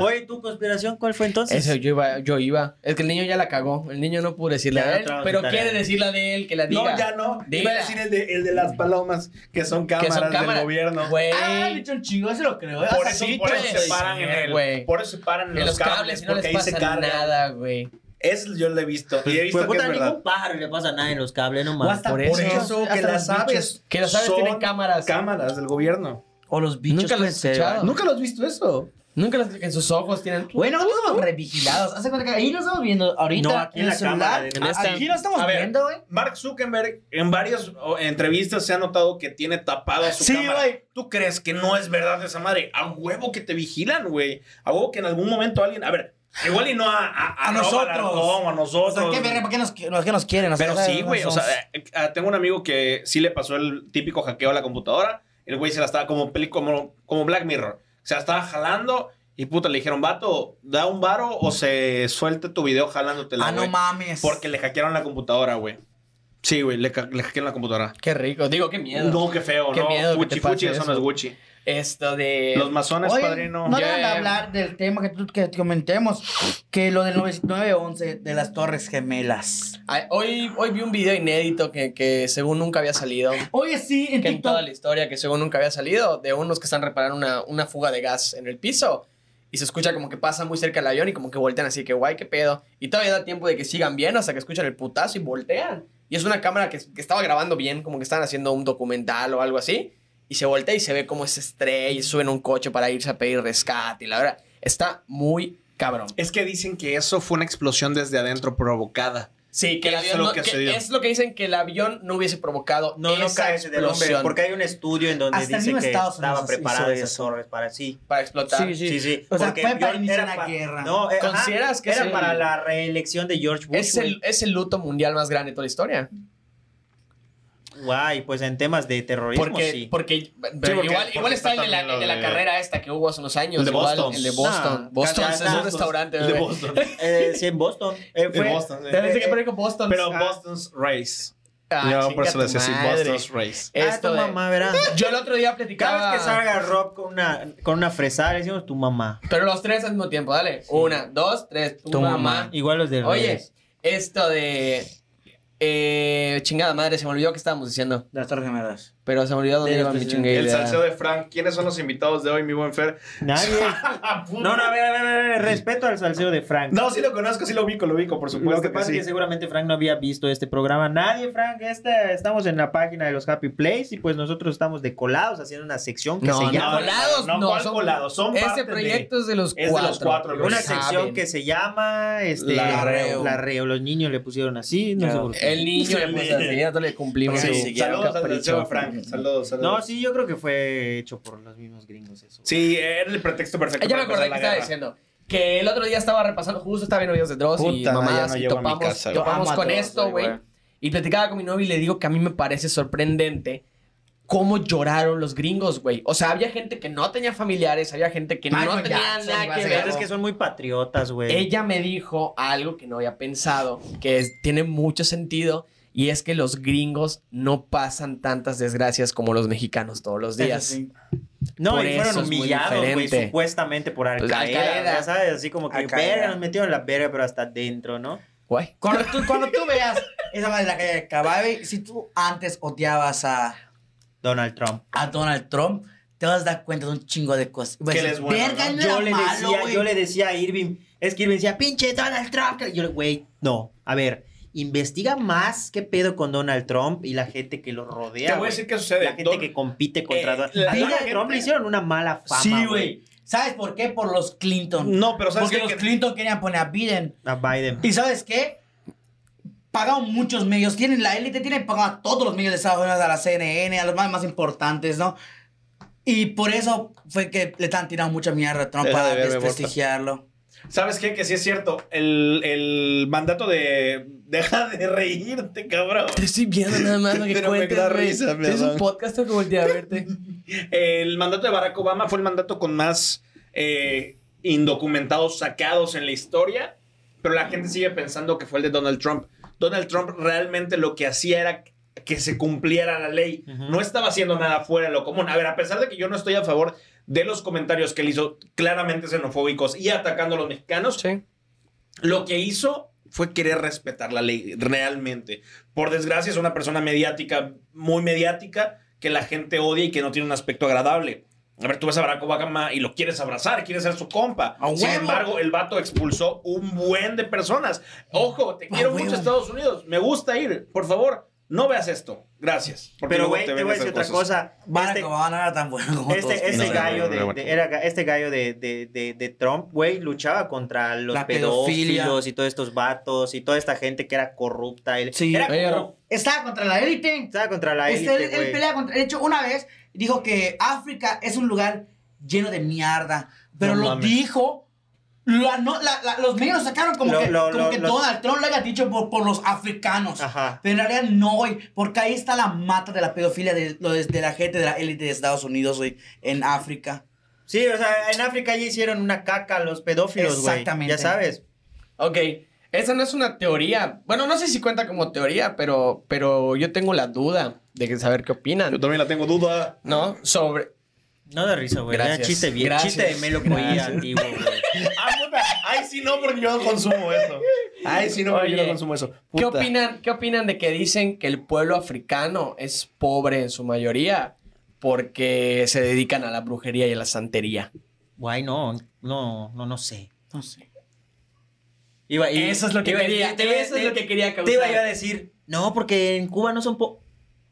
Oye, ¿tu conspiración cuál fue entonces? Eso yo iba, yo iba. Es que el niño ya la cagó. El niño no pudo decir la Ya, de él, otra vez, pero tarea. quiere decir la de él, que la diga. No, ya no. Iba a Dila. decir el de, el de las palomas, que son Que cámaras son del cámaras. gobierno. Güey. Ah, bicho chingo, se lo creo. Por Hasta eso, sí, por eso güey. se paran en el- pues. Güey. Por eso se paran en En los cables, no porque les ahí se pasa cargan. nada, güey. Es yo lo he visto. y he Pues visto que es puta, verdad. ningún pájaro le pasa nada en los cables, no O mames. hasta Por por eso. Por eso Hasta que las los aves. bichos. Que las aves son tienen cámaras. Cámaras del gobierno. O los bichos. Nunca lo he pues, se- escuchado. ¿Nunca los has visto eso? Nunca los- en sus ojos tienen. Bueno, nosotros estamos revigilados. Hace cuenta que ahí nos estamos viendo ahorita. No, aquí en el la cámara, en este esta. Aquí lo estamos A ver. viendo, güey. Mark Zuckerberg en varias oh, entrevistas se ha notado que tiene tapada su Sí, cámara. güey. ¿Tú crees que no es verdad esa madre? A huevo que te vigilan, güey. A huevo que en algún momento alguien, a ver, igual y no a a, A nosotros. como a O sea, nosotros. ¿qué verga? ¿Para qué nos, nos- qué nos quieren? O sea, Pero ¿sabes? sí, güey. No O sea, somos- eh, eh, tengo un amigo que sí le pasó el típico hackeo a la computadora. El güey se la estaba como peli, como, como Black Mirror. Se la estaba jalando y puta, le dijeron, vato, da un varo o se suelte tu video jalándotela. Ah, no güey". mames. Porque le hackearon la computadora, güey. Sí, güey, le, ca- le hackearon la computadora. Qué rico. Digo, qué miedo. No, qué feo, Qué ¿no? miedo que Gucci, te pase Gucci, eso eso. no es Gucci. Esto de. Los masones, Oye, padrino. No Ya, dejan de ya, ya. hablar del tema que tú que comentemos, que lo del 911 de las Torres Gemelas. Ay, Hoy, hoy vi un video inédito que, que según nunca había salido. Oye, sí, en que en toda TikTok. la historia, que según nunca había salido, de unos que están reparando una, una fuga de gas en el piso. Y se escucha como que pasa muy cerca el avión y como que voltean así, que guay, qué pedo. Y todavía da tiempo de que sigan bien hasta que escuchan el putazo y voltean. Y es una cámara que, que estaba grabando bien, como que estaban haciendo un documental o algo así. Y se voltea y se ve cómo se estrella y suben un coche para irse a pedir rescate. Y la verdad, está muy cabrón. Es que dicen que eso fue una explosión desde adentro provocada. Sí, que el Eso es avión lo no- que que- se dio. es lo que dicen que el avión no hubiese provocado No, no esa cae ese del hombre. explosión Porque hay un estudio en donde Hasta el dice mismo que Estados estaba Unidos hizo preparada eso. esas torres para sí. para explotar. Sí, sí. O sea, porque fue para George- iniciar era una guerra. No, eh, ajá, ¿Consideras que era es el- para la reelección de George Bush? Es el, es el luto mundial más grande de toda la historia. güey. Guay, pues en temas de terrorismo Porque, sí. porque, pero porque- igual, porque igual está el está de la, también el de lo la de- carrera esta que hubo hace unos años. El de igual, Boston. El de Boston. Ah, Boston casi, es casi. un restaurante. El de bebé. Boston. Eh, sí, en Boston. Eh, De fue- Boston, sí. Te dice que poner con Boston. Pero Ah, Boston's Race. ah, Yo por eso le chinga tu decía así, madre. Boston's Ah, Race. tu Esto de- mamá, verás. Yo el otro día Cada platicaba. vez que Ah. salga Rob con una, con una fresada, le decimos tu mamá. Pero los tres al mismo tiempo, dale. Una, dos, tres. Tu, Ah. mamá. Igual los de Oye, esto de. eh, chingada madre, se me olvidó que estábamos diciendo. Las Torres Gemelas. Pero se me olvidó dónde De iba los mi presidentes. chingue El idea. salseo de Frank. ¿Quiénes son los invitados de hoy, mi buen Fer? Nadie. No, no, a ver, a ver, a ver, a ver, respeto al salseo de Frank. No, sí lo conozco, sí lo ubico, lo ubico, por supuesto Lo que pasa sí. es que seguramente Frank no había visto este programa. Nadie, Frank, esta, estamos en la página de los Happy Place y pues nosotros estamos de colados haciendo una sección que No, se no, llama... colados, no, no, ¿cuál son- colados? Son parte Este de- proyecto es de los es de los cuatro. cuatro, lo Una saben. sección que se llama este, La Reo. La Reo. Los niños le pusieron así, no sé por qué. El niño le puso así, ya no le cumplimos Sí, su sí, saludos al capricho. salseo de Frank. Saludos, saludos. No, sí, yo creo que fue hecho por los mismos gringos eso. Sí, era el pretexto perfecto. Eh, Ya me para acordé que empezar estaba la guerra. diciendo. Que el otro día estaba repasando, justo estaba viendo videos de Dross y Puta, ya mamás, no y llego a mi topamos, casa, güey. topamos Amo a con Dross, esto, güey, güey. güey. Y platicaba con mi novio y le digo que a mí me parece sorprendente cómo lloraron los gringos, güey. O sea, había gente que no tenía familiares, había gente que no Michael tenía Jackson, nada que básicamente. ver. Es que son muy patriotas, güey. Ella me dijo algo que no había pensado, que es- tiene mucho sentido, y es que los gringos no pasan tantas desgracias como los mexicanos todos los días. Eso sí. No, Por y eso fueron es muy humillados, güey, diferente. supuestamente por Al Pues, Qaeda. Al Qaeda. o sea, ¿Sabes? Así como que Al Qaeda. verga, nos metieron la verga, pero hasta adentro, ¿no? Guay. Cuando tú, cuando tú veas esa madre de la calle de Cababe, si tú antes odiabas a, Donald Trump. a Donald Trump, te vas a dar cuenta de un chingo de cosas. Vas a Que él decir, es bueno, Pues, "Verga, ¿no? él Yo era le malo, decía, güey". yo le decía a Irving, es que Irving decía, pinche Donald Trump. que-". Yo le, güey, no, a ver, investiga más qué pedo con Donald Trump y la gente que lo rodea. Te voy a güey. decir qué sucede. La gente Don- que compite contra Eh, Donald la- A la Donald gente- Trump le hicieron una mala fama. Sí, güey. ¿Sabes por qué? Por los Clinton. No, pero ¿sabes Porque qué? los Que- Clinton querían poner a Biden. A Biden. ¿Y sabes qué? Pagaron muchos medios. Tienen la élite, tienen pagado a todos los medios de Estados Unidos, a la CNN, a los más, más importantes, ¿no? Y por eso fue que le están tirando mucha mierda a Trump Deja para de verme, desprestigiarlo. ¿Sabes qué? Que sí es cierto. El, el mandato de. Deja de reírte, cabrón. Te estoy viendo nada más lo que Pero me cuentes, da güey. risa, Es perdón. un podcast que volteé a verte. El mandato de Barack Obama fue el mandato con más eh, indocumentados sacados en la historia. pero la gente sigue pensando que fue el de Donald Trump. Donald Trump realmente lo que hacía era que se cumpliera la ley. No estaba haciendo nada fuera de lo común. A ver, a pesar de que yo no estoy a favor de los comentarios que él hizo claramente xenofóbicos y atacando a los mexicanos, Sí. lo que hizo fue querer respetar la ley realmente. Por desgracia es una persona mediática, muy mediática, que la gente odia y que no tiene un aspecto agradable. A ver, tú ves a Barack Obama y lo quieres abrazar, quieres ser su compa. ¡A Sin huevo! embargo, el vato expulsó un buen de personas. Ojo, Ah, te quiero mucho huevo! Estados Unidos, me gusta ir. Por favor, no veas esto. Gracias. Porque Pero, luego güey, te te ven voy a decir esas otra cosas. cosa. Barack Este- Obama no era tan bueno como todos Este, este piensan. gallo de, de- era ga- este gallo de, de- de- de Trump, güey, luchaba contra los La pedofilia. pedófilos y todos estos vatos y toda esta gente que era corrupta. Él, Sí. era Ella- como- Estaba contra la élite. estaba contra Pues la Este, élite, él, él güey. pelea contra. De hecho, una vez dijo que África es un lugar lleno de mierda. Pero No lo mames. dijo. lo ano- la- la- los medios lo sacaron como Lo- que, lo- como lo- que lo- Donald Trump lo haya dicho por, por los africanos. Ajá. Pero en realidad no, güey. Porque ahí está la mata de la pedofilia de, lo de- de la gente de la élite de Estados Unidos, güey, en África. Sí, o sea, en África ya hicieron una caca a los pedófilos, güey. Exactamente. Ya sabes. Ok, esa no es una teoría. Bueno, no sé si cuenta como teoría, pero, pero yo tengo la duda de que- saber qué opinan, también la tengo duda. ¿no? Sobre... No da risa, güey. Gracias. Era chiste bien. Gracias. Chiste de Melo Coí Gracias. antiguo, güey. Ah, puta. Ay, sí, no, porque yo no consumo eso. Ay, sí, no, porque yo Oye, no consumo eso. ¿Qué Puta. opinan, ¿Qué opinan de que dicen que el pueblo africano es pobre en su mayoría porque se dedican a la brujería y a la santería? Güey, no, no, no, no sé. No sé. Iba, y- Eso es lo que iba- quería- te iba- eso es te- lo que quería Te iba yo a causar. decir, no, porque en Cuba no son po...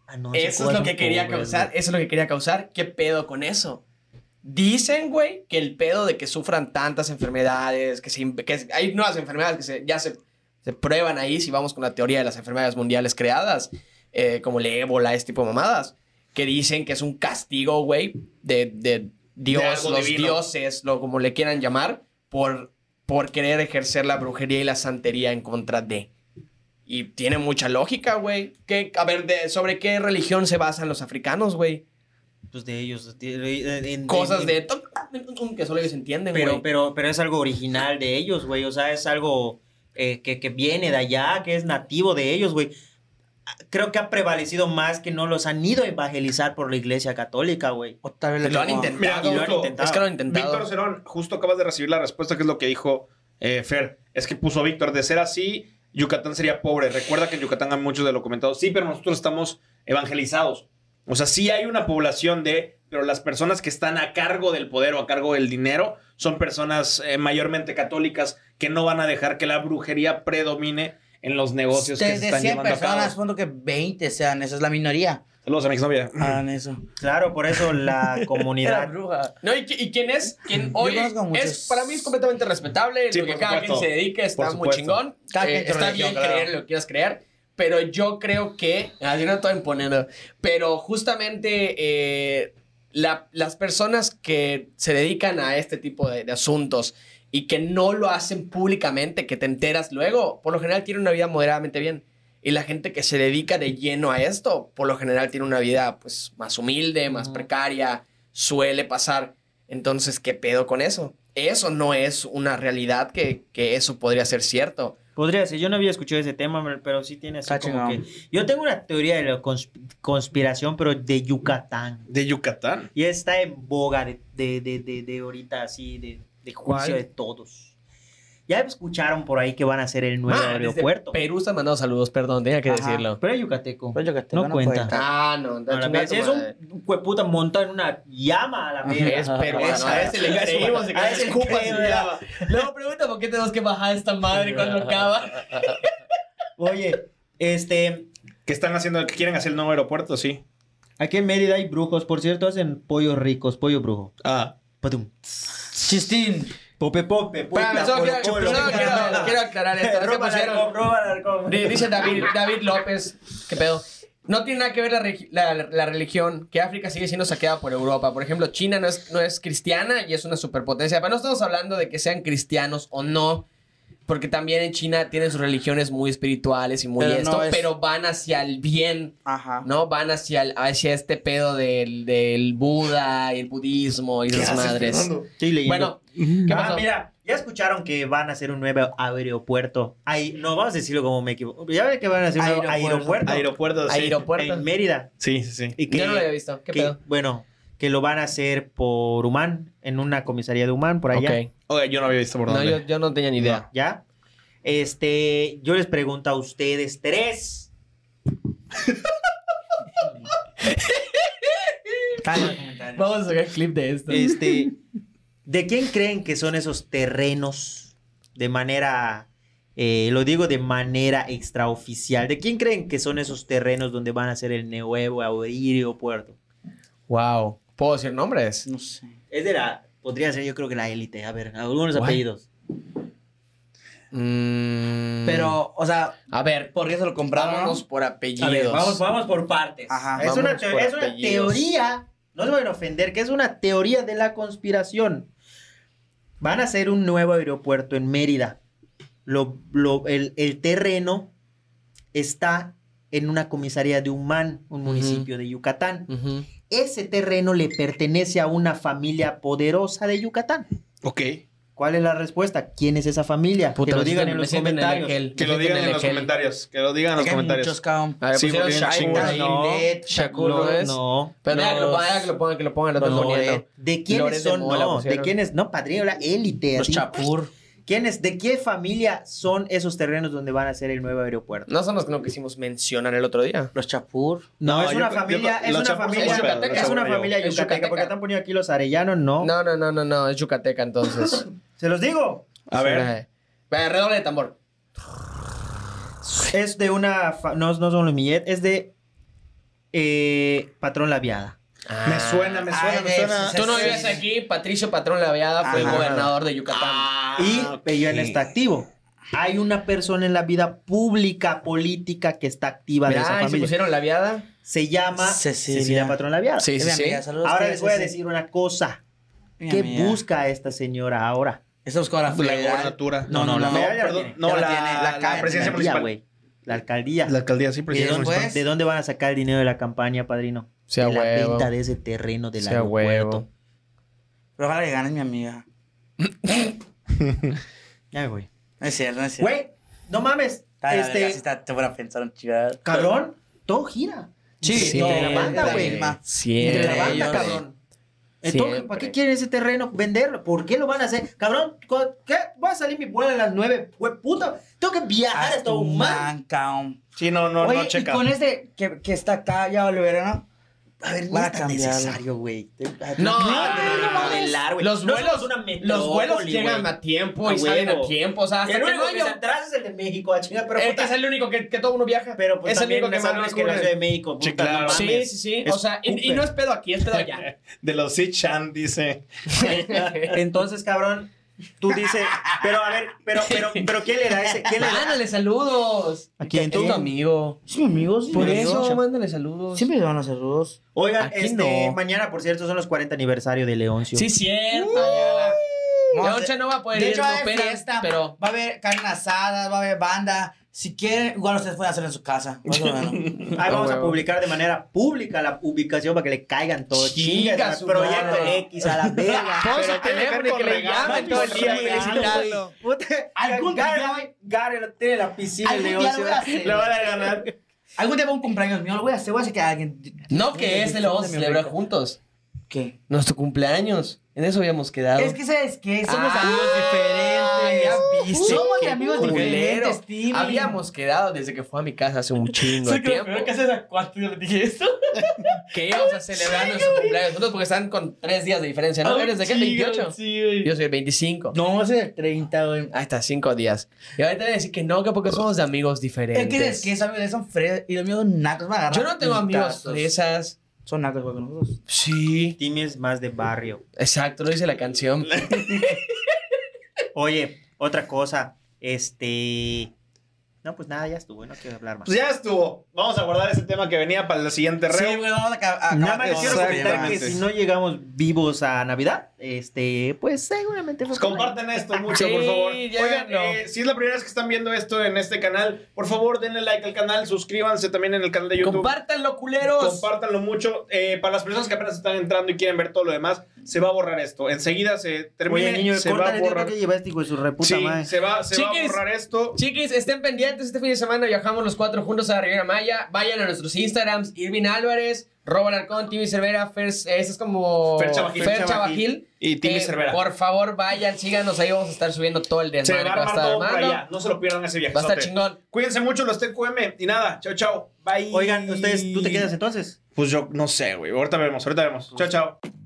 Ah, no, sí, Eso Cuba es son lo que quería pobres, causar, güey. eso es lo que quería causar. ¿Qué pedo con eso? Dicen, güey, que el pedo de que sufran tantas enfermedades, que, se inve- que hay nuevas enfermedades que se- ya se, se prueban ahí, si vamos con la teoría de las enfermedades mundiales creadas, eh, como el ébola, ese tipo de mamadas, que dicen que es un castigo, güey, de, de Dios, De algo los divino. dioses, lo, como le quieran llamar, por, por querer ejercer la brujería y la santería en contra de. Y tiene mucha lógica, güey. ¿Qué- A ver, de- ¿sobre qué religión se basan los africanos, güey? Pues de ellos. de- de- en- Cosas en- de... tum, tum, tum, que solo ellos entienden, güey. Pero, pero, pero es algo original de ellos, güey. O sea, es algo eh, que, que viene de allá, que es nativo de ellos, güey. Ah, Creo que ha prevalecido más que no los han ido a evangelizar por la iglesia católica, güey. Otra vez le Lo han tocó a- intentado. Mira, y lo han güey. intentado. Es que lo han intentado. Víctor Cerón, justo acabas de recibir la respuesta, que es lo que dijo eh, Fer. Es que puso Víctor, de ser así, Yucatán sería pobre. Recuerda que en Yucatán hay muchos de lo comentado. Sí, pero nosotros estamos evangelizados. O sea, sí hay una población de, pero las personas que están a cargo del poder o a cargo del dinero son personas eh, mayormente católicas que no van a dejar que la brujería predomine en los negocios que se de están 100 llevando a personas, cabo. punto que 20 sean, esa es la minoría. Saludos a mi exnovia. Hagan eso. Claro, por eso la comunidad. bruja. No, y, qui- y quién es, quién hoy conozco a muchos. es, para mí es completamente respetable, Sí, lo que por cada quien se supuesto. dedique está Por muy supuesto. chingón, Cada Eh, quien su está bien religión, creer claro. lo que quieras creer, pero yo creo que, así no estoy imponiendo, pero justamente eh, la- las personas que se dedican a este tipo de, de asuntos y que no lo hacen públicamente, que te enteras luego, por lo general tienen una vida moderadamente bien. Y la gente que se dedica de lleno a esto, por lo general tiene una vida pues más humilde, más precaria, suele pasar. Entonces, ¿qué pedo con eso? Eso no es una realidad que, que eso podría ser cierto. Podría ser, yo no había escuchado ese tema, me- pero sí tiene así Ah, Está como que. chingón. Yo tengo una teoría de la consp- conspiración, pero de Yucatán. De Yucatán. Y está en boga de, de, de, de, de ahorita, así, de, de juicio ¿Cuál? de todos. Ya escucharon por ahí que van a hacer el nuevo Ah, desde aeropuerto. Perú está mandando saludos, perdón, tenía que Ajá. decirlo. Pero es yucateco. Pero es yucateco, no, no cuenta. cuenta. Ah, no, No, la verga, si es un hueputa montado en una llama a la Es verga. peruano, a ese le creímos de que A ese se escupa le su creo, llama. Luego pregunta por qué tenemos que bajar esta madre cuando acaba. Oye, este, Que están haciendo, que quieren hacer el nuevo aeropuerto, sí. aquí en Mérida hay brujos, por cierto, hacen pollos ricos, pollo brujo. Ah. Patum. Chistín. Pope pope, puta, Espérame, solo polo, quiero, polo. solo quiero- quiero aclarar esto. Es que Roban pusieron- alcohol, roban alcohol. Di- Dice David, David López, ¿qué pedo? No tiene nada que ver la, regi- la- la religión, que África sigue siendo saqueada por Europa. Por ejemplo, China no es, no es cristiana y es una superpotencia. Pero no estamos hablando de que sean cristianos o no, porque también en China tienen sus religiones muy espirituales y muy Pero esto, no es- pero van hacia el bien, Ajá. ¿no? Van hacia, el- hacia este pedo del, del Buda y el budismo y las madres. Estoy leyendo. Bueno, ¿qué Ah, pasó? mira, Ya escucharon que van a hacer un nuevo aeropuerto. Ahí, no, vamos a decirlo como me equivoco. Ya ven que van a hacer un nuevo Aeropuerto. aeropuerto, Aeropuerto, sí. Aeropuerto. en Mérida. Sí, sí, sí. Y que, Yo no lo había visto. ¿Qué que- pedo? Bueno, que lo van a hacer por Humán, en una comisaría de Humán, por allá. Ok. Oye, yo no había visto por No, dónde. yo, yo no tenía ni idea. ¿Ya? Este, yo les pregunto a ustedes tres. Vamos a sacar clip de esto. Este, ¿de quién creen que son esos terrenos? De manera, eh, lo digo de manera extraoficial. ¿De quién creen que son esos terrenos donde van a hacer el nuevo aeropuerto? Wow. ¿Puedo decir nombres? No sé. Es de la, podría ser yo creo que la élite. A ver, algunos Guay. apellidos. Mm. Pero, o sea, A ver, ¿por qué se lo compraron? vámonos por apellidos. A ver, vamos, vamos por partes. Ajá. Es una, Vámonos teo- por es una apellidos. teoría, no se van a ofender, que es una teoría de la conspiración. Van a hacer un nuevo aeropuerto en Mérida. Lo- lo- el, el terreno está en una comisaría de Humán, un municipio de Yucatán. Ujú. Ese terreno le pertenece a una familia poderosa de Yucatán. Ok. ¿Cuál es la respuesta? ¿Quién es esa familia? Puta, que lo me digan siento- en me los siento comentarios. el Egel, Que me lo siento digan el en los Egel. comentarios. Que lo digan en los Porque hay comentarios. muchos, cabrón. A ver, Sí, pusieron porque hay un chingo. Shakur, No. Inet, Shakur, No, Pues ¿no es? no. Pero ya que lo Los- pongan, que lo pongan, que lo pongan, lo están No, poniendo. de, de quiénes Lores de son, Mola no, de pusieron. quiénes, no, padrino, la élite. Los así. Chapur. ¿Quiénes, de qué familia son esos terrenos donde van a ser el nuevo aeropuerto? No son los que no quisimos mencionar el otro día. Los Chapur. No, No, es yo una creo- familia, yo- es los una chapos son familia, pedos, los es una chapos, familia yo. Es yucateca, yucateca. porque están poniendo aquí los arellanos, no. No, no, no, no, no, es Yucateca entonces. Se los digo, A ver. Eh, eh, Redoble de tambor. es de una, fa- no, no son los milletes, es de eh, Patrón Laviada. Me suena, me suena, Ay, me suena. de- Tú no Sí, vives sí, aquí, Patricio Patrón Laviada fue Ajá. gobernador de Yucatán. y Ah, ok. Pellón está activo. Hay una persona en la vida pública, política, que está activa de Mirá, esa ahí se familia. Se, pusieron Laviada. llama Cecilia. Cecilia, Patrón Laviada. Sí, Es sí, mi sí. amiga, saludos, Ahora tía, les voy a sí, sí. decir una cosa. Mi ¿Qué amiga. busca esta señora ahora? Está buscando la La federal. gobernatura. No, no, la no, medalla la perdón. tiene. No, Ya la la, tiene, la la, calle, presidencia alcaldía, municipal. güey. La alcaldía. La alcaldía, sí, presidencia presidencia después- municipal. municipal. ¿De dónde van a sacar el dinero de la campaña, padrino? Sea de la huevo. venta de ese terreno del Sea aeropuerto. huevo. Pero ojalá le ganes, mi amiga. Ya, güey. No es cierto, no es cierto. Güey, no mames. Está, la verga, sí este, está- te voy a pensar un chingada. cabrón, todo gira. Sí, no, de la banda, güey. Siempre. De la banda, ellos, cabrón. Entonces, ¿para qué quieren ese terreno? ¿Venderlo? ¿Por qué lo van a hacer? Cabrón, co- ¿qué? Voy a salir mi vuelo a las 9, güey, puta. Tengo que viajar hasta Humán. man, Ah, cabrón. Sí, no, no, Oye, no, y checa. con este que, que está acá, ya Olivera, ¿no? A ver, no Van a es tan cambiarlo. necesario, güey. No, no, no, no, no, modelar, güey. Los No vuelos, somos una los vuelos metrópoli, llegan güey. a tiempo A y salen a huevo. tiempo. O sea, hasta el que no único que se haya- atrasa es el de México, a chingar, pero Eh, puta. es el único que, que todo uno viaja. Pero pues es el también único que más nos que la cubre. Ciudad de México. Sí, puta, claro. no Sí, mames. sí, sí. O sea, y, y no es pedo aquí, es pedo allá. De los Sichan, dice. Entonces, cabrón, tú dices, pero a ver, pero, pero, pero, ¿quién le da ese? ¿Quién le da? Mándale saludos. ¿A quién? Es tu amigo. Pues, Sí, amigos. Por mi amigo. eso, mándale saludos. Siempre le van los saludos. Oigan, Aquí este, no. mañana, por cierto, son los 40 aniversario de Leoncio. Sí, cierto. Ayala. Leoncha no va a poder De ir, hecho, no va a haber operan, fiesta, pero va a haber carne asada, va a haber banda. Si quieren, igual ustedes pueden hacerlo en su casa. Más o menos. Ahí Ah, vamos a huevo. publicar de manera pública la ubicación para que le caigan todos. Chinga Chingas, su proyecto madre. X a la verga. Pon su Pero tiene que ver teléfono y que con le regalos, llamen todo el sí, día. regalos, felicitarlo. Puta, Algún día, Gary- Gary lo tiene en la piscina el Algún día lo negocio. voy a hacer. Le van a ganar. Pues Algún día va un cumpleaños mío, lo voy a hacer, voy a hacer que alguien. No, que ese lo vamos a Mi celebrar rico. juntos. ¿Qué? Nuestro cumpleaños. En eso habíamos quedado. Es que, ¿sabes qué? Somos Ah, amigos Ah, diferentes. ya viste, Somos qué de amigos culero. diferentes, Timmy. Habíamos quedado desde que fue a mi casa hace un chingo de tiempo. haces a cuatro yo le dije esto. Que íbamos a celebrar nuestro cumpleaños juntos porque están con tres días de diferencia, ¿no? ¿Eres de qué? ¿28? Sí, güey. Yo soy el 25. No, ese es el 30, güey. Ahí está, cinco días. Y ahorita voy a decir que no, que porque somos de amigos diferentes. Es que es que esos amigos son fresas y los míos son nacos. van a agarrar Yo no tengo amigos putazos. de esas. Son nacos, güey, con nosotros. Sí. Timmy es más de barrio. Exacto, lo dice la canción. Oye, otra cosa, este... No, pues nada, ya estuvo, no quiero hablar más. Pues ya estuvo. Vamos a guardar ese tema que venía para el siguiente Sí, reo. güey, vamos a acab- a Nada acabar más les con quiero eso, comentar que güey. si no llegamos vivos a Navidad, este, pues seguramente fue Pues por ahí. comparten esto mucho, Sí, por favor. ya, Oigan, no. eh, si es la primera vez que están viendo esto en este canal, por favor denle like al canal, suscríbanse también en el canal de YouTube. Compártanlo, culeros. Compártanlo mucho. Eh, para las personas que apenas están entrando y quieren ver todo lo demás, se va a borrar esto. Enseguida se termina. Oye, niño, se va a córtale, tío, borrar. que llevaste, hijo de su reputa Sí, madre. se va, se va a Chiquis. borrar esto. Chiquis, estén pendientes. Este fin de semana viajamos los cuatro juntos a la Riviera Maya. Vayan a nuestros Instagrams: Irvin Álvarez, Rob Alarcón, Timmy Cervera, Fer. eh, ese es como. Fer Chavajil. Fer Fer Chavajil. Y Timmy Eh, Cervera. Por favor, vayan, síganos. Ahí vamos a estar subiendo todo el Se desmadre va a que va a armar estar todo para armando. allá. No se lo pierdan ese viaje. Va a estar chingón. Cuídense mucho los TQM y nada, chao, chao. Bye. Oigan, ustedes, ¿tú te quedas entonces? Pues yo no sé, güey. Ahorita vemos, ahorita vemos. Chao, chao.